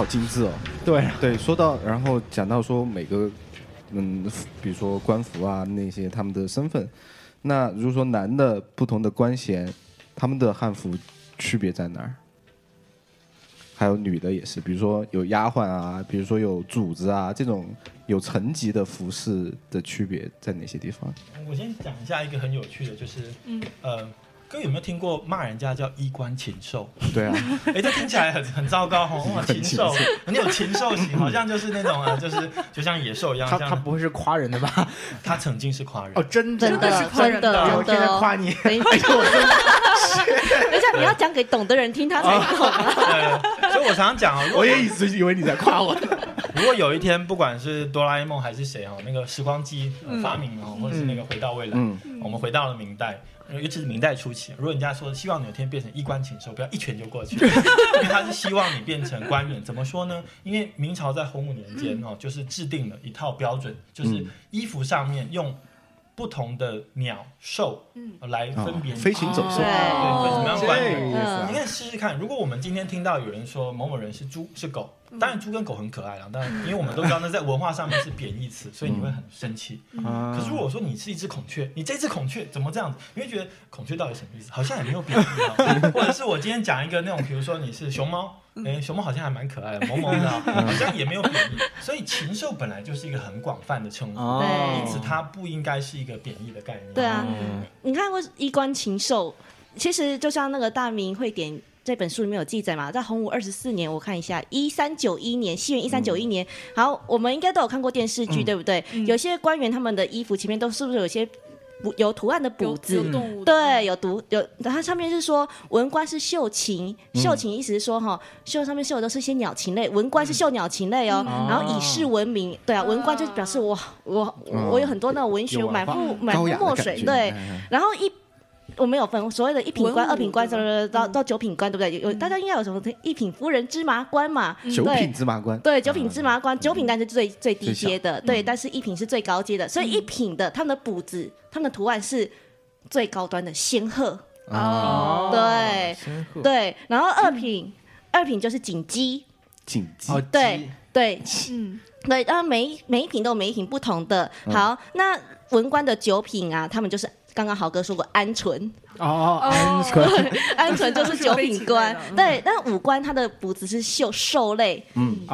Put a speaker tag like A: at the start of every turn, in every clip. A: 精致哦。
B: 对
A: 对，说到然后讲到说每个嗯，比如说官服啊那些他们的身份，那如果说男的不同的官衔，他们的汉服区别在哪儿？还有女的也是，比如说有丫鬟啊，比如说有主子啊，这种有层级的服饰的区别在哪些地方？
C: 我先讲一下一个很有趣的，就是
D: 嗯，
C: 呃，各位有没有听过骂人家叫衣冠禽兽？
A: 对啊，
C: 哎，这听起来很很糟糕 哦，哇，禽兽，你有禽兽型，好像就是那种啊，就是就像野兽一样。
B: 他
C: 这
B: 他
C: 样
B: 不会是夸人的吧？
C: 他曾经是夸人
B: 哦，，真的
D: 真的是夸人的
B: 真我天
D: 真的
B: 天
D: 哦
B: 夸你，
D: 等一下，等一下，你要讲给懂的人听，他才懂啊。
C: 对，所以我常常讲哦，如
B: 我
C: 果
B: 也一直以为你在夸我呢。
C: 如果有一天不管是哆啦 A 梦还是谁哦，那个时光机呃发明哦，或者是那个回到未来，
A: 嗯，
C: 我们回到了明代，呃尤其是明代初期。如果人家说希望你有一天变成衣冠禽兽，不要一拳就 过去，因为他是希望你变成官员。怎么说呢？因为明朝在洪武年间
A: 嗯
C: 哦，就是制定了一套标准，就是衣服上面用不同的鸟兽
D: 嗯
C: 呃来分别、
A: 哦飞禽走兽
D: 对，
C: 哦怎么样管理
B: 这个意思啊
C: 你可以试试看，如果我们今天听到有人说某某人是猪是狗，
B: 嗯
C: 当然猪跟狗很可爱啦，当然因为我们都知道那在文化上面是贬义词，所以你会很生气。
B: 啊
C: 可是如果说你是一只孔雀，你这只孔雀怎么这样子？你会觉得孔雀到底什么意思？好像也没有贬义啊。或者是我今天讲一个那种，比如说你是熊猫，
B: 嗯
C: 哎，熊猫好像还蛮可爱的，萌 萌的啊，好像也没有贬义。所以禽兽本来就是一个很广泛的
E: 嗯
C: 称呼，
B: 哦
C: 因此它不应该是一个贬义的概念。
D: 对啊
B: 嗯
D: 你看过《衣冠禽兽》？其实就像那个《大明会典》这本书里面有记载嘛，在洪武二十四年，我看一下，一三九一年，西元一三九一年。好，我们应该都有看过电视剧，对不对？有些官员他们的衣服前面都是不是有些补有图案的补
E: 有
D: 子？
E: 有动物的
D: 对，有毒有，它上面是说文官是绣禽，
A: 嗯
D: 绣禽意思是说哈，绣上面绣的都是一些鸟禽类，文官是绣鸟禽类哦，
E: 嗯
D: 然后以示文明，对啊，文官就表示我我我有很多那种文学
B: 有文
D: 满
B: 化
E: 啊
D: 腹满
A: 啊高
D: 腹
A: 雅
D: 墨
A: 的感
D: 水，
A: 觉。
D: 对，
A: 哎
D: 然后一。我们有分所谓的一品官、
E: 文武嗯
D: 二品官，什
E: 对吧
D: 么到到九品官，对不对？有有大家应该有什么一品夫人芝麻官嘛？
A: 九
D: 对
A: 品芝麻官，
D: 对，九品芝麻官，九品但是最最
A: 嗯
D: 低
A: 最小嗯
D: 阶的，对，但是一品是最高阶的，所以一品的他们的补子，他们的图案是最高端的仙鹤，
A: 啊，
E: 哦
D: 对
B: 深刻
D: 对，然后二品，二品就是锦鸡，
A: 锦鸡
B: 哦，
D: 对
B: 鸡
D: 对
E: 嗯，
D: 对，然后每一每一品都有每一品不同的。
A: 嗯
D: 好，那文官的九品啊，他们就是。刚刚豪哥说过鹌鹑，
B: 哦哦，
E: 哦
B: 鹌鹑
D: 鹌 鹑就是九品官
E: 被。请来
D: 对，但五官它的补子是秀兽类，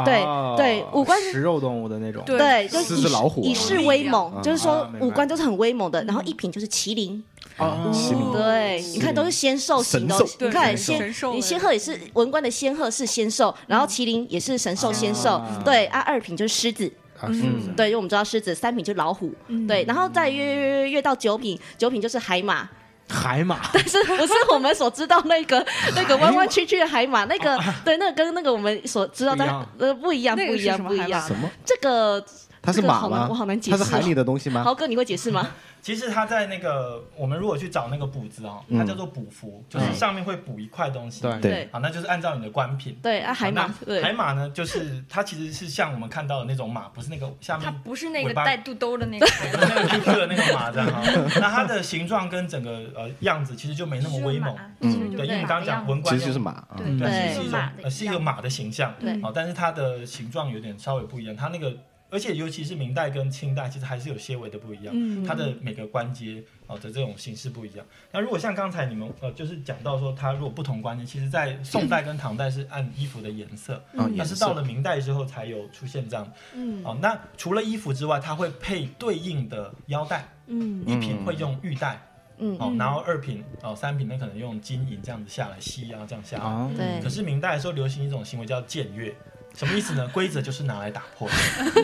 D: 对
B: 哦
D: 对五官
B: 食肉动物的那种，
E: 对
D: 对，就
A: 狮
D: 以
A: 子
D: 示
A: 老虎啊
D: 以示威猛，
A: 啊嗯
D: 就是说
B: 啊明白
D: 五官都是很威猛的。然后一品就是麒麟，嗯
B: 哦，
A: 麒麟
D: 对，你看都是仙兽型
A: 神
D: 的东
A: 兽
D: 西。
E: 对
D: 你看
E: 神兽
D: 仙
E: 神，兽
D: 你
E: 类
D: 仙鹤也是文官的仙鹤是仙兽，
A: 嗯
D: 然后麒麟也是神兽仙兽
B: 啊。
D: 对啊，二品就是狮子，
B: 啊是
A: 嗯
B: 是
D: 对，因为我们知道狮子三品就是老虎，
E: 嗯
D: 对，然后再越越越越越到九品，九品就是海马，
B: 海马，
D: 但是不是我们所知道那个那
A: 哎
D: 个弯弯曲曲的海马，那个
A: 啊
D: 对，那个跟那个我们所知道
B: 不一
D: 的
B: 样
D: 呃不一样，不
E: 那个
D: 一
E: 是
D: 样，
E: 什么
D: 不一
E: 海
D: 样
E: 马。
A: 什么？
D: 这个
A: 它是
D: 这个
A: 马
D: 好难
A: 吗？
D: 我好难解
A: 它
D: 释啊
A: 是海里的东西吗？
D: 豪哥，你会解释吗？
C: 其实它在那个我们如果去找那个补子哦，
A: 嗯
C: 它叫做补服，就是上面会补一块东西。
B: 对
A: 对，
C: 好，那就是按照你的官品。
D: 对啊，海马
C: 好那
D: 对
C: 海马呢，就是它其实是像我们看到的那种马，不是那个下
E: 它
C: 面
E: 不是那
C: 尾
E: 个
C: 巴
E: 带肚 兜的那个，
C: 不是那个 QQ 的那个马这样哈。那它的形状跟整个呃样子其实就没那么威猛。
A: 嗯
E: 就是
C: 对，
E: 马
C: 因为你刚刚讲文官
A: 其
C: 用
A: 实就是马啊。
B: 嗯
E: 对
C: 对，
D: 对
C: 是一种
E: 马的
C: 呃是一个马的形象，
D: 对
C: 好，但是它的形状有点稍微不一样，它那个。而且尤其是明代跟清代，其实还是有些微的不一样，
E: 嗯
C: 它的每个关节哦的这种形式不一样。那如果像刚才你们呃，就是讲到说它如果不同关节，其实在宋代跟唐代是按衣服的颜色，
A: 嗯
C: 但
A: 颜
C: 是
A: 色
C: 到了明代之后才有出现这样。
D: 哦嗯
C: 哦，那除了衣服之外，它会配对应的腰带，
D: 嗯
C: 一品会用玉带，
D: 嗯
C: 哦，然后二品哦三品那可能用金银这样子下来吸啊，这样
A: 嗯
C: 下来。
A: 哦
B: 啊，
D: 对
C: 可是明代的时候流行一种行为叫僭越，什么意思呢？规则就是拿来打破的。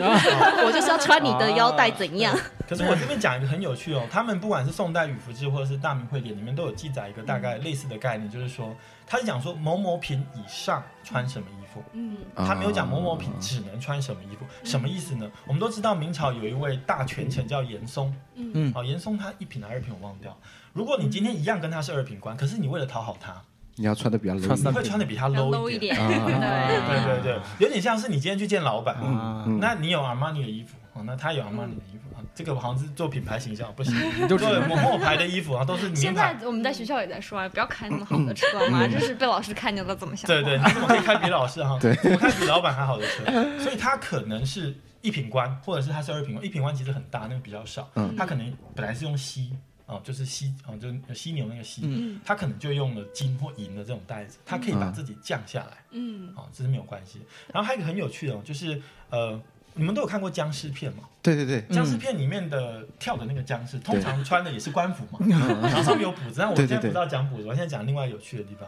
D: 我就是要穿你的腰带怎样？
C: 可是我这边讲一个很有趣哦， 他们不管是宋代语服制或者是大明会典里面都有记载一个大概类似的概念，就是说他是讲说某某品以上穿什么衣服，
E: 嗯，
C: 他没有讲某某品只能穿什么衣服，什么意思呢？我们都知道明朝有一位大权臣叫严嵩，
B: 嗯
C: 好，严嵩他一品还是二品我忘掉。如果你今天一样跟他是二品官，可是你为了讨好他，
A: 你要穿的比较
B: 穿
A: low
B: 三
C: 你会穿的比他
E: 要
C: low
E: low
C: 一
E: 一
C: 点。啊
E: 点，对，
C: 对对对，有点像是你今天去见老板，
B: 啊
A: 嗯
C: 那你有阿玛尼的衣服，哦，那他有阿玛尼的衣服，啊这个好像是做品牌形象，不行。
B: 你就只
C: 对，
B: 能
C: 某某牌的衣服啊，都是名
E: 现在
C: 牌。
E: 我们在学校也在说啊，不要开那么好的车嘛，真是被老师看见了怎么想？
C: 嗯 对对，，你怎么可以开比老师哈？
A: 对
C: 我开比老板还好的车，所以他可能是一品官，或者是他是二品官。一品官其实很大，那个比较少。
A: 嗯
C: 他可能本来是用犀啊、就是犀啊、就是犀牛那个犀，
B: 嗯
C: 他可能就用了金或银的这种袋子，他可以把
A: 嗯
C: 自己降下来。
D: 嗯，
C: 哦，这是没有关系。然后还有一个很有趣的哦，就是呃，你们都有看过僵尸片吗？
A: 对对对，
C: 僵尸片里面的跳的那个僵尸，通常穿的也是官服嘛， 然后上面有补子。但我
A: 对对
C: 现在不
A: 对
C: 知道讲补子，我现在讲另外有趣的地方。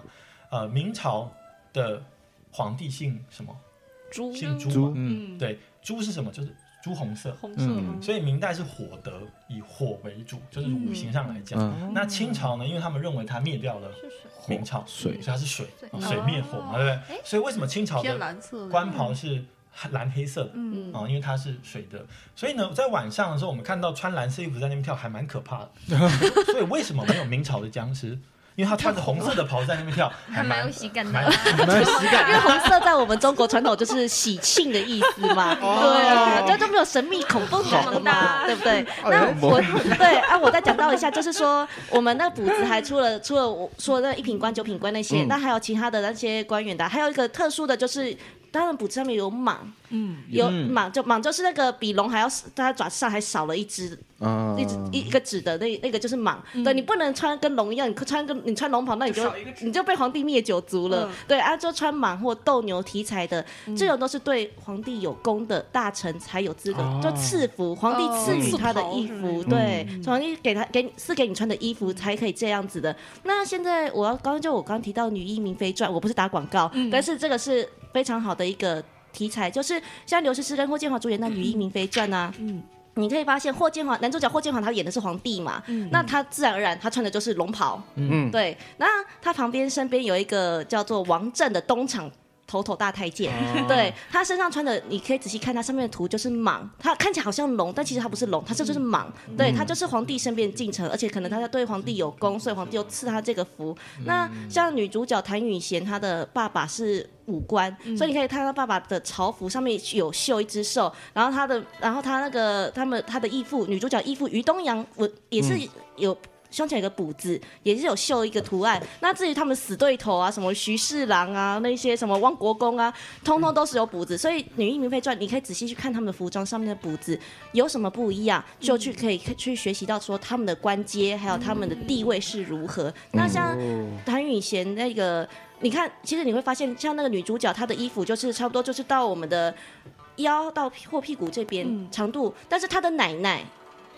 C: 呃，明朝的皇帝姓什么？
D: 猪，
C: 姓朱
A: 猪
C: 嘛。
B: 嗯，
D: 嗯，
C: 对朱是什么？就是朱红色。
D: 红色
A: 嗯
C: 所以明代是火德，以火为主，就是五行上来讲。
A: 嗯，
C: 那清朝呢？因为他们认为它灭掉了
E: 是是
C: 明朝，
A: 水
C: 所以它是水，
E: 水
C: 哦水灭火嘛，对不对
E: 哎？
C: 所以为什么清朝的
F: 偏蓝色的
C: 官袍是蓝黑色的？
E: 嗯，
C: 哦，因为它是水的，所以呢，在晚上的时候，我们看到穿蓝色衣服在那边跳，还蛮可 怕的。所以为什么没有明朝的僵尸？因为他穿着红色的袍在那边跳，还
E: 还蛮
C: 蛮
E: 有喜感
C: 蛮
E: 的。
D: 因为红色在我们中国传统就是喜庆的意思嘛，对啊，这就没有神秘恐怖感了嘛，对不对？
A: 哎
D: 那我对啊，我再讲到一下，就是说我们那补子还除了除了我说的一品官、九品官那些，那还有其他的那些官员的，还有一个特殊的就是。当然，补子上面有蟒，嗯，有蟒就蟒就是那个比龙还要，它爪子上还少了一只
A: 啊，
D: 一只一一个指的那那个就是蟒，对你不能穿跟龙一样，你穿跟你穿龙袍，那你就
F: 嗯就少一个指
D: 你就被皇帝灭九族了
F: 嗯。
D: 对啊，就穿蟒或斗牛题材的，这种都是对皇帝有功的大臣才有资格
B: 哦，
D: 就赐福，皇帝赐予他的衣
F: 哦
D: 服，
F: 赐
D: 对，皇帝给他给你赐给你穿的衣服才可以这样子的。那现在我要刚就我刚提到《女医明妃传》，我不是打广告，但是这个是非常好的一个题材，就是像刘诗诗跟霍建华主演那《女医明妃传》啊，嗯。你可以发现霍建华男主角霍建华他演的是皇帝嘛，那他自然而然他穿的就是龙袍，
A: 嗯
D: 对。那他旁边身边有一个叫做王振的东厂头头大太监， 对他身上穿的，你可以仔细看他上面的图，就是蟒，他看起来好像龙，但其实他不是龙，他这就是蟒，对他就是皇帝身边进城，而且可能他对皇帝有功，所以皇帝又赐他这个福。那像女主角谭允贤，她的爸爸是武官，所以你可以看到爸爸的朝服上面有绣一只兽，然后他的，然后他那个他们他的义父，女主角义父于东阳，我也是有。胸前有个补子，也是有绣一个图案。那至于他们死对头啊，什么徐侍郎啊，那些什么汪国公啊，通通都是有补子。所以《女医明妃传》，你可以仔细去看他们的服装上面的补子有什么不一样，就去可以去学习到说他们的官阶，还有他们的地位是如何。那像
B: 哦
D: 谭允贤那个，你看，其实你会发现，像那个女主角，她的衣服就是差不多就是到我们的腰到或屁股这边、长度，但是她的奶奶。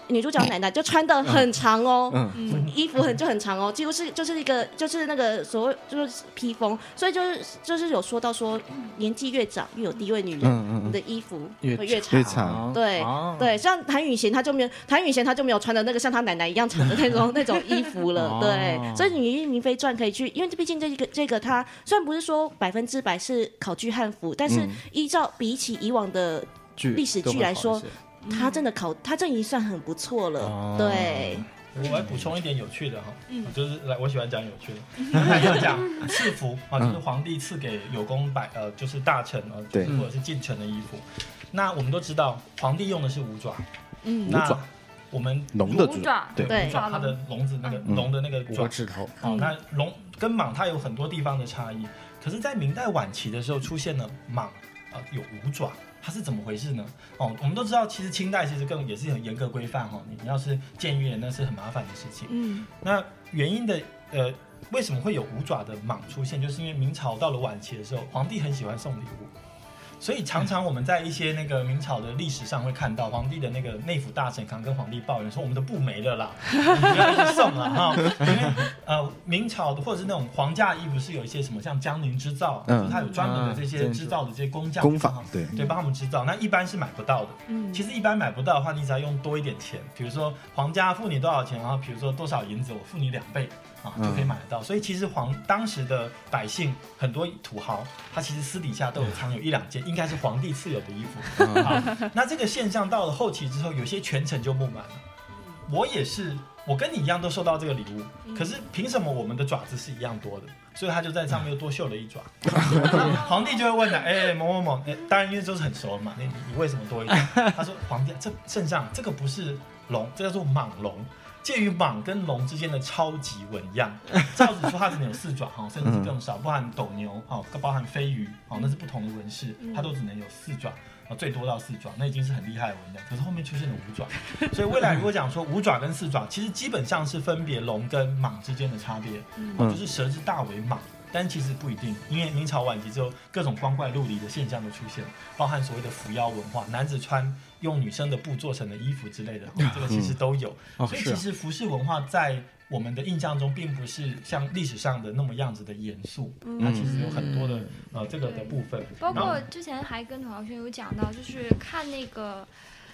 D: 女主角奶奶就穿的很长哦，
A: 嗯
D: 衣服很就很长哦，几乎是就是一个就是那个所谓就是披风，所以就是就是有说到说年纪越长越有地位，女人、
A: 嗯
D: 你
A: 嗯
D: 的衣服
B: 越
D: 会越长。
A: 越长
D: 对
B: 啊
D: 对，像谭允贤，她就没有谭允贤，她就没有穿的那个像她奶奶一样长的那种那种衣服了。对，
B: 哦
D: 所以《女医明妃传》可以去，因为毕竟这个这个它虽然不是说百分之百是考据汉服，但是
A: 嗯
D: 依照比起以往的，
A: 剧
D: 历史剧来说，它真的考，它这已经算很不错了
B: 哦。
D: 对，
C: 嗯我来补充一点有趣的哈，
E: 嗯
C: 啊就是来我喜欢讲有趣的，要讲赐福啊，就是皇帝赐给有功百呃，就是大臣啊，
A: 嗯对
C: 或者是近臣的衣服。那我们都知道，皇帝用的是五爪，
D: 嗯
A: 五
C: 那
A: 爪
C: 我们
A: 龙的
E: 龙
A: 主
E: 爪，
A: 对
D: 对
C: 爪它的笼子那个
A: 嗯
C: 龙的那个
B: 五
C: 爪
B: 个，指头，
C: 哦，那龙跟蟒它有很多地方的差异，可是，在明代晚期的时候出现了蟒啊、呃有五爪，它是怎么回事呢？哦，我们都知道，其实清代其实更也是很严格规范哦，你你要是僭越那是很麻烦的事情。
F: 嗯，
C: 那原因的呃，为什么会有五爪的蟒出现？就是因为明朝到了晚期的时候，皇帝很喜欢送礼物，所以常常我们在一些那个明朝的历史上会看到皇帝的那个内府大臣常跟皇帝抱怨说我们的布没了啦，你不要一直送了哈。因为呃，明朝的或者是那种皇家衣服是有一些什么像江宁织造，
A: 嗯
C: 就是它有专门的这些
B: 嗯
C: 织造的这些工匠
A: 功
C: 哈
A: 法，对，
C: 对，帮他们织造。那一般是买不到的。嗯，其实一般买不到的话，你只要用多一点钱，比如说皇家付你多少钱，然后比如说多少银子，我付你两倍啊，
A: 嗯
C: 就可以买得到。所以其实皇当时的百姓很多土豪，他其实私底下都有藏有一两件，应该是皇帝赐有的衣服。啊，那这个现象到了后期之后，有些权臣就不满了。我也是我跟你一样都收到这个礼物，可是凭什么我们的爪子是一样多的？所以他就在上面又多绣了一爪。皇帝就会问了，哎，某某某，哎，当然因为就是很熟嘛，你你你为什么多一爪？他说，皇帝这圣上这个不是龙，这叫做蟒龙。介于蟒跟龙之间的超级纹样， 赵子说它只能有四爪哈，甚至是更少，包含斗牛哦，包含飞鱼哦，那是不同的纹饰，它都只能有四爪。啊，最多到四爪，那已经是很厉害的文章。可是后面出现了五爪，所以未来如果讲说五爪跟四爪，其实基本上是分别龙跟蟒之间的差别，
B: 嗯
E: 嗯
C: 哦就是蛇之大为蟒。但其实不一定，因为明朝晚期之后，各种光怪陆离的现象都出现，包含所谓的扶摇文化，男子穿用女生的布做成的衣服之类的，这个其实都有。
B: 哦
C: 所以
B: 是
C: 其
B: 啊
C: 实服饰文化在我们的印象中，并不是像历史上的那么样子的严肃，它其实有很多
B: 嗯
C: 的呃这个的部分。
E: 嗯包
C: 然后
E: 括之前还跟童老师有讲到，就是看那个，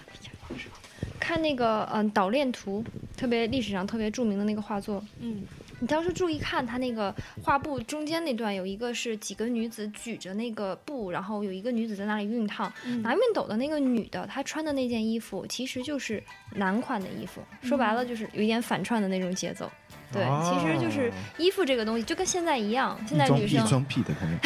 E: 哎呀不好说看那个嗯岛链图，特别历史上特别著名的那个画作，
D: 嗯，
E: 你当时注意看它那个画布中间那段，有一个是几个女子举着那个布，然后有一个女子在那里熨烫，
D: 嗯
E: 拿熨斗的那个女的，她穿的那件衣服其实就是男款的衣服，说白了就是有一点反串的那种节奏。对，其实就是衣服这个东西就跟现在一样，现在
A: 一装
E: 女
A: 一
E: 生
A: 装屁的 朋友，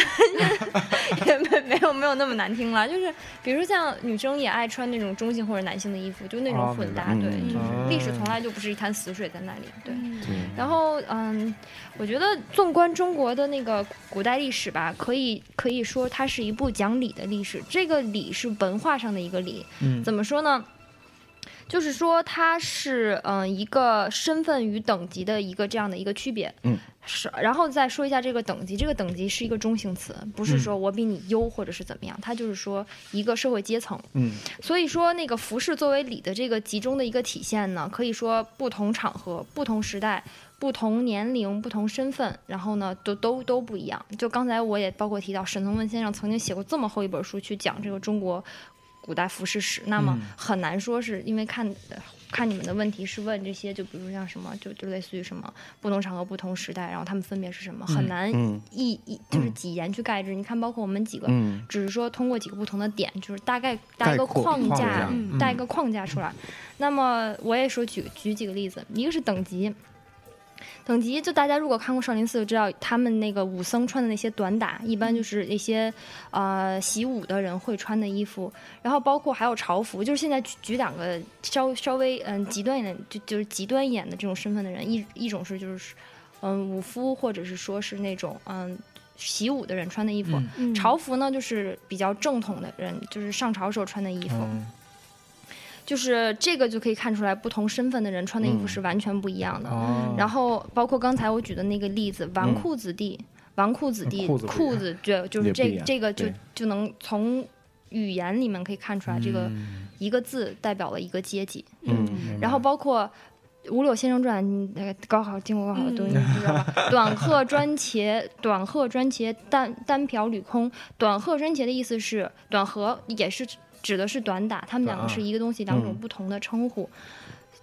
E: 也没 没有没有那么难听了，就是比如像女生也爱穿那种中性或者男性的衣服，就那
B: 哦
E: 种混搭，
A: 明白
E: 对，
A: 嗯
E: 就是
B: 嗯
E: 历史从来就不是一滩死水在那里，对。
A: 对，
E: 然后，嗯，我觉得纵观中国的那个古代历史吧，可以可以说它是一部讲理的历史。这个理是文化上的一个理，
B: 嗯
E: 怎么说呢？就是说，它是嗯、一个身份与等级的一个这样的一个区别。
A: 嗯，
E: 是。然后再说一下这个等级，这个等级是一个中性词，不是说我比你优或者是怎么样，它就是说一个社会阶层。
B: 嗯，
E: 所以说，那个服饰作为礼的这个集中的一个体现呢，可以说不同场合、不同时代、不同年龄、不同身份，然后呢，都都都不一样。就刚才我也包括提到，沈从文先生曾经写过这么厚一本书去讲这个中国古代服饰史，那
A: 嗯
E: 么很难说是因为看。呃看你们的问题是问这些，就比如像什么，就就类似于什么不同场合、不同时代，然后他们分别是什么，很难
A: 嗯
E: 一一就是几言去概之。你看，包括我们几个
A: 嗯，
E: 只是说通过几个不同的点，就是大概搭一个
A: 概括
E: 框
A: 框
E: 架
A: 架，
E: 嗯搭一个框架出来。那么我也说举举几个例子，一个是等级。等级就大家如果看过少林寺就知道，他们那个武僧穿的那些短打，一般就是一些呃习武的人会穿的衣服，然后包括还有朝服，就是现在举举两个稍稍微嗯极端一点，就就是极端一点的这种身份的人，一一种是就是嗯武夫，或者是说是那种嗯习武的人穿的衣服，
B: 嗯
E: 朝服呢，就是比较正统的人，就是上朝时候穿的衣服，
B: 嗯
E: 就是这个就可以看出来，不同身份的人穿的衣服是完全不一样的。
B: 嗯哦
E: 嗯
B: 嗯
E: 然后包括刚才我举的那个例子，纨绔子弟，纨绔子弟，
B: 裤子不一样
E: 裤子就就是
A: 也不一
E: 这
A: 样
E: 这个就
A: 对
E: 就能从语言里面可以看出来，这个
B: 嗯
E: 一个字代表了一个阶级。
A: 嗯，
B: 哦
E: 然后包括《五柳先生传》，你那个高考经过高考的都你知道吧？短褐专茄，短褐专茄，单单瓢履空。短褐专茄的意思是短褐，也是指的是短打，他们两个是一个东西，两种不同的称呼。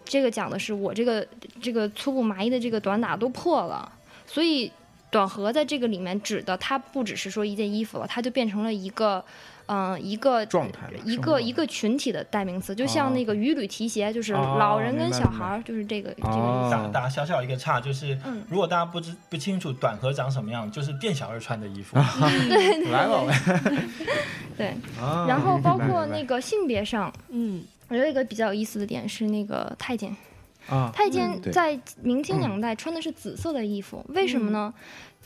E: 这个讲的是我这个这个粗布麻衣的这个短打都破了，所以短盒在这个里面指的，它不只是说一件衣服了，它就变成了一个，嗯、一个
B: 状态吧
E: 一
B: 生
E: 个
B: 活
E: 一个群体的代名词，就像那个雨履提鞋，就是
B: 哦
E: 老人跟
B: 明白
E: 小孩儿，就是这个、这个意
B: 哦
E: 思。
C: 打打小小一个岔，就是
E: 嗯
C: 如果大家不知不清楚短河长什么样，就是店小二穿的衣服。
B: 来吧，
E: 对，
B: 啊
E: 然后包括
B: 明白
E: 那个性别上，
D: 嗯
E: 我有一个比较有意思的点是那个太监，
B: 啊，嗯
E: 太监
A: 对
E: 在明清两代穿的是紫色的衣服，为什么呢？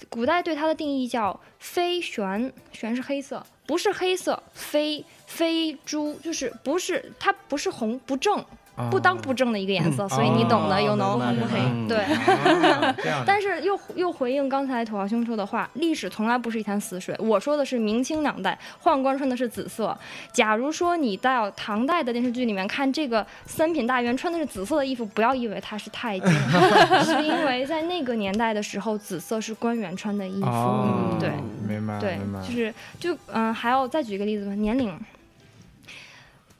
E: 古代对它的定义叫非玄，玄是黑色，不是黑色，非非朱，就是不是它不是红不正，
B: 啊
E: 不当不正的一个 颜色，所以你懂的，
B: 哦
E: 有能
B: 明白
E: 红不黑，
A: 明白
E: 对。
B: 啊这样的
E: 但是又又回应刚才土豪兄说的话，历史从来不是一潭死水。我说的是明清两代，宦官穿的是紫色。假如说你到唐代的电视剧里面看这个三品大员穿的是紫色的衣服，不要以为他是太监，是因为在那个年代的时候，紫色是官员穿的衣服。
B: 哦
E: 嗯，对。
B: 明白
E: 对
B: 明白，，
E: 就是就嗯，还有再举一个例子吧，年龄。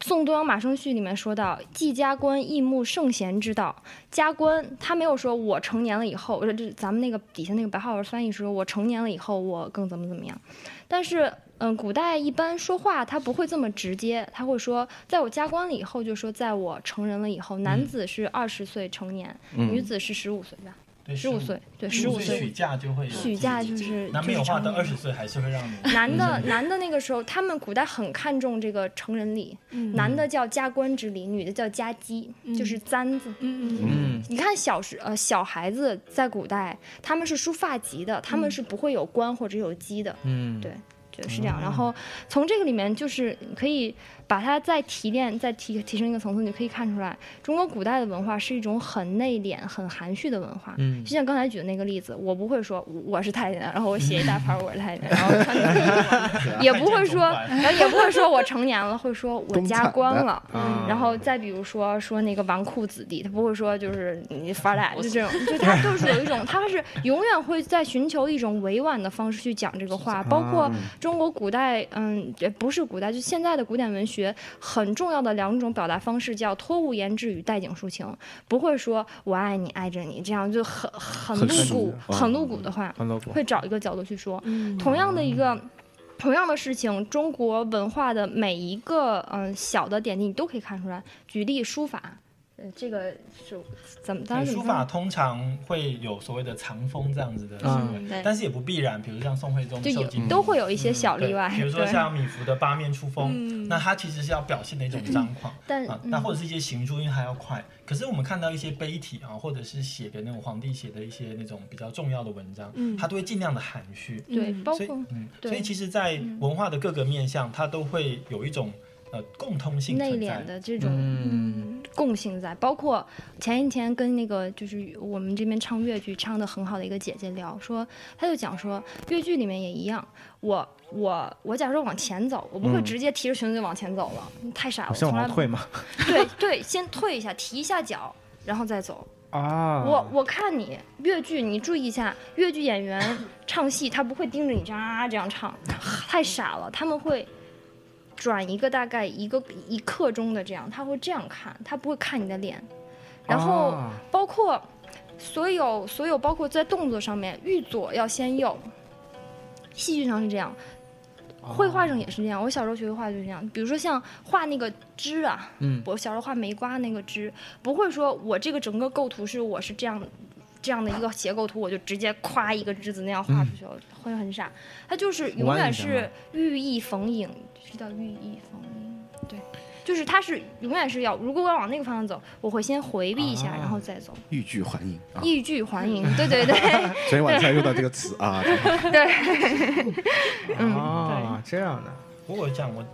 E: 宋东阳马生序》里面说到“季家观易慕圣贤之道”，家观他没有说我成年了以后，这这咱们那个底下那个白话文翻译说我成年了以后我更怎么怎么样，但是嗯，古代一般说话他不会这么直接，他会说在我家观了以后，就说在我成人了以后，男子是二十岁成年，女
A: 嗯，
E: 子是十五岁吧，
C: 对，
E: 十五岁，对，十五
C: 15
E: 岁
C: 许嫁就会有
E: 许嫁就是
C: 难免
E: 就是
C: 有话
E: 成
C: 到
E: 年
C: 二
E: 人
C: 十。岁还是会让你
E: 男的男的那个时候，他们古代很看重这个成人礼，
F: 嗯
E: 男的叫家官之礼，女的叫家姬，就是簪子。
F: 嗯嗯
A: 嗯，
E: 你看小时呃小孩子在古代他们是梳发髻的，他们是不会有冠或者有髻的，
B: 嗯，
E: 对就是这样。然后从这个里面就是你可以把它再提炼、再提提升一个层次，你可以看出来中国古代的文化是一种很内敛、很含蓄的文化。
B: 嗯
E: 就像刚才举的那个例子，我不会说我我是太监，然后我写一大盘儿我是 太监，然后穿
B: 啊
E: 的也不会说，然后也不会说我成年了，会说我
A: 东
E: 加
A: 厂的
E: 官了。
B: 啊
E: 然后再比如说说那个纨绔子弟，他不会说就是你法懒就这种，就他就是有一种，他是永远会在寻求一种委婉的方式去讲这个话，包括中国古代，嗯，也不是古代，就现在的古典文学很重要的两种表达方式叫托物言志与带景抒情，不会说我爱你爱着你这样就很很
A: 很
E: 露
A: 深
E: 骨、
A: 入
E: 很露骨的话，
B: 欢乐谷
E: 会找一个角度去说。
F: 嗯
E: 同样的一个。同样的事情，中国文化的每一个嗯、呃小的点滴，你都可以看出来。举例，书法，呃，这个是怎么？当
C: 对
E: 时
C: 哎书法通常会有所谓的藏风这样子的行为，
F: 嗯
D: 对
C: 但是也不必然。比如像宋徽宗
E: 就
C: 受
E: 有
C: 金
E: 都会有一些小
C: 嗯对
E: 例外，
C: 比如说
E: 对
C: 像米芾的八面出风，
F: 嗯
C: 那他其实是要表现的 一种张狂。
E: 但
C: 啊，
E: 嗯
C: 那或者是一些行书，因为它要快。可是我们看到一些碑体啊，或者是写的那种皇帝写的一些那种比较重要的文章，
F: 嗯
C: 它都会尽量的含蓄。
E: 对，包
C: 所以
E: 括，
C: 嗯，
E: 对嗯
C: 所以其实，在文化的各个面向，它都会有一种呃共通性
E: 内
C: 存
E: 敛
C: 在。
E: 的这种嗯共性在，包括前一天跟那个就是我们这边唱越剧唱的很好的一个姐姐聊，说她就讲说越剧里面也一样，我我我假如说往前走，我不会
A: 嗯
E: 直接提着裙子就往前走了，太傻了，
B: 我
E: 我
B: 向
E: 从来
B: 往后
E: 不
B: 退嘛
E: 对对，先退一下，提一下脚，然后再走。
B: 啊
E: 我我看你越剧，你注意一下，越剧演员唱戏，他不会盯着你这样啊这样唱，太傻了。他们会转一个大概一个一刻钟的这样，他会这样看，他不会看你的脸。然后
B: 啊
E: 包括所有所有包括在动作上面，欲左要先右，戏剧上是这样，
B: 哦
E: 绘画上也是这样。我小时候学绘画就是这样，比如说像画那个枝啊，
B: 嗯
E: 我小时候画梅瓜那个枝，不会说我这个整个构图是我是这样。这样的一个斜构图，我就直接夸一个枝子那样画出
B: 嗯
E: 去了，会很傻。它就是永
B: 弯
E: 远
B: 一下嘛
E: 是寓意逢迎，是叫寓意逢迎，对，就是它是永远是要，如果我往那个方向走，我会先回避一下，
B: 啊
E: 然后再走。
A: 欲拒还迎啊！
E: 欲拒还迎， 对 对对
A: 昨天晚上用到这个词 啊，
E: 对，嗯
B: 啊，这样的
C: 不过我讲我，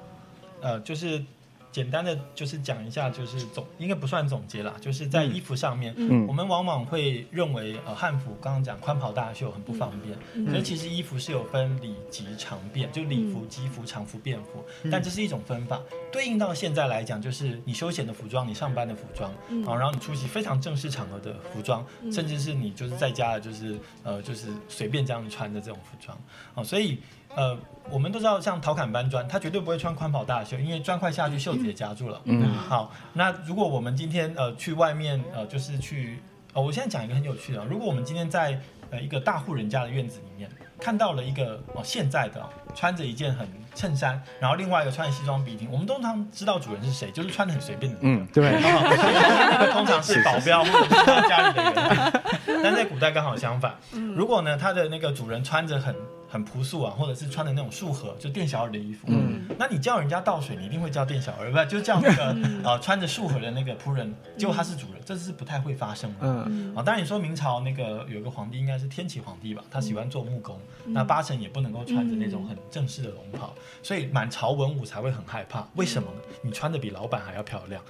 C: 呃，就是简单的就是讲一下，就是总应该不算总结啦，就是在衣服上面，
A: 嗯
C: 我们往往会认为呃汉服刚刚讲宽袍大袖很不方便，
F: 嗯
C: 可是其实衣服是有分礼及长变，就礼服、机服、常服、便服，
F: 嗯
C: 但这是一种分法。对应到现在来讲，就是你休闲的服装、你上班的服装，
F: 嗯
C: 啊，然后你出席非常正式场合的服装，甚至是你就是在家的，就是呃，就是随便这样穿的这种服装啊，所以呃，我们都知道，像陶侃搬砖，他绝对不会穿宽袍大袖，因为砖块下去，袖子也夹住了。嗯，好，那如果我们今天呃去外面呃，就是去呃，我现在讲一个很有趣的啊，如果我们今天在呃一个大户人家的院子里面看到了一个哦现在的哦穿着一件很衬衫，然后另外一个穿着西装笔挺，我们通常知道主人是谁，就是穿的很随便的那个。
A: 嗯，
B: 对，
C: 通常是保镖或者是他家里的人，但在古代刚好相反。如果呢，他的那个主人穿着很很朴素啊，或者是穿的那种束河，就店小二的衣服，那你叫人家倒水，你一定会叫店小二，不就叫那个呃穿着束河的那个仆人，结果他是主人，这是不太会发生的。
B: 嗯
C: 啊，当然你说明朝那个有一个皇帝，应该是天启皇帝吧，他喜欢做木工，那八成也不能够穿着那种很正式的龙袍，所以满朝文武才会很害怕。为什么呢？你穿的比老板还要漂亮，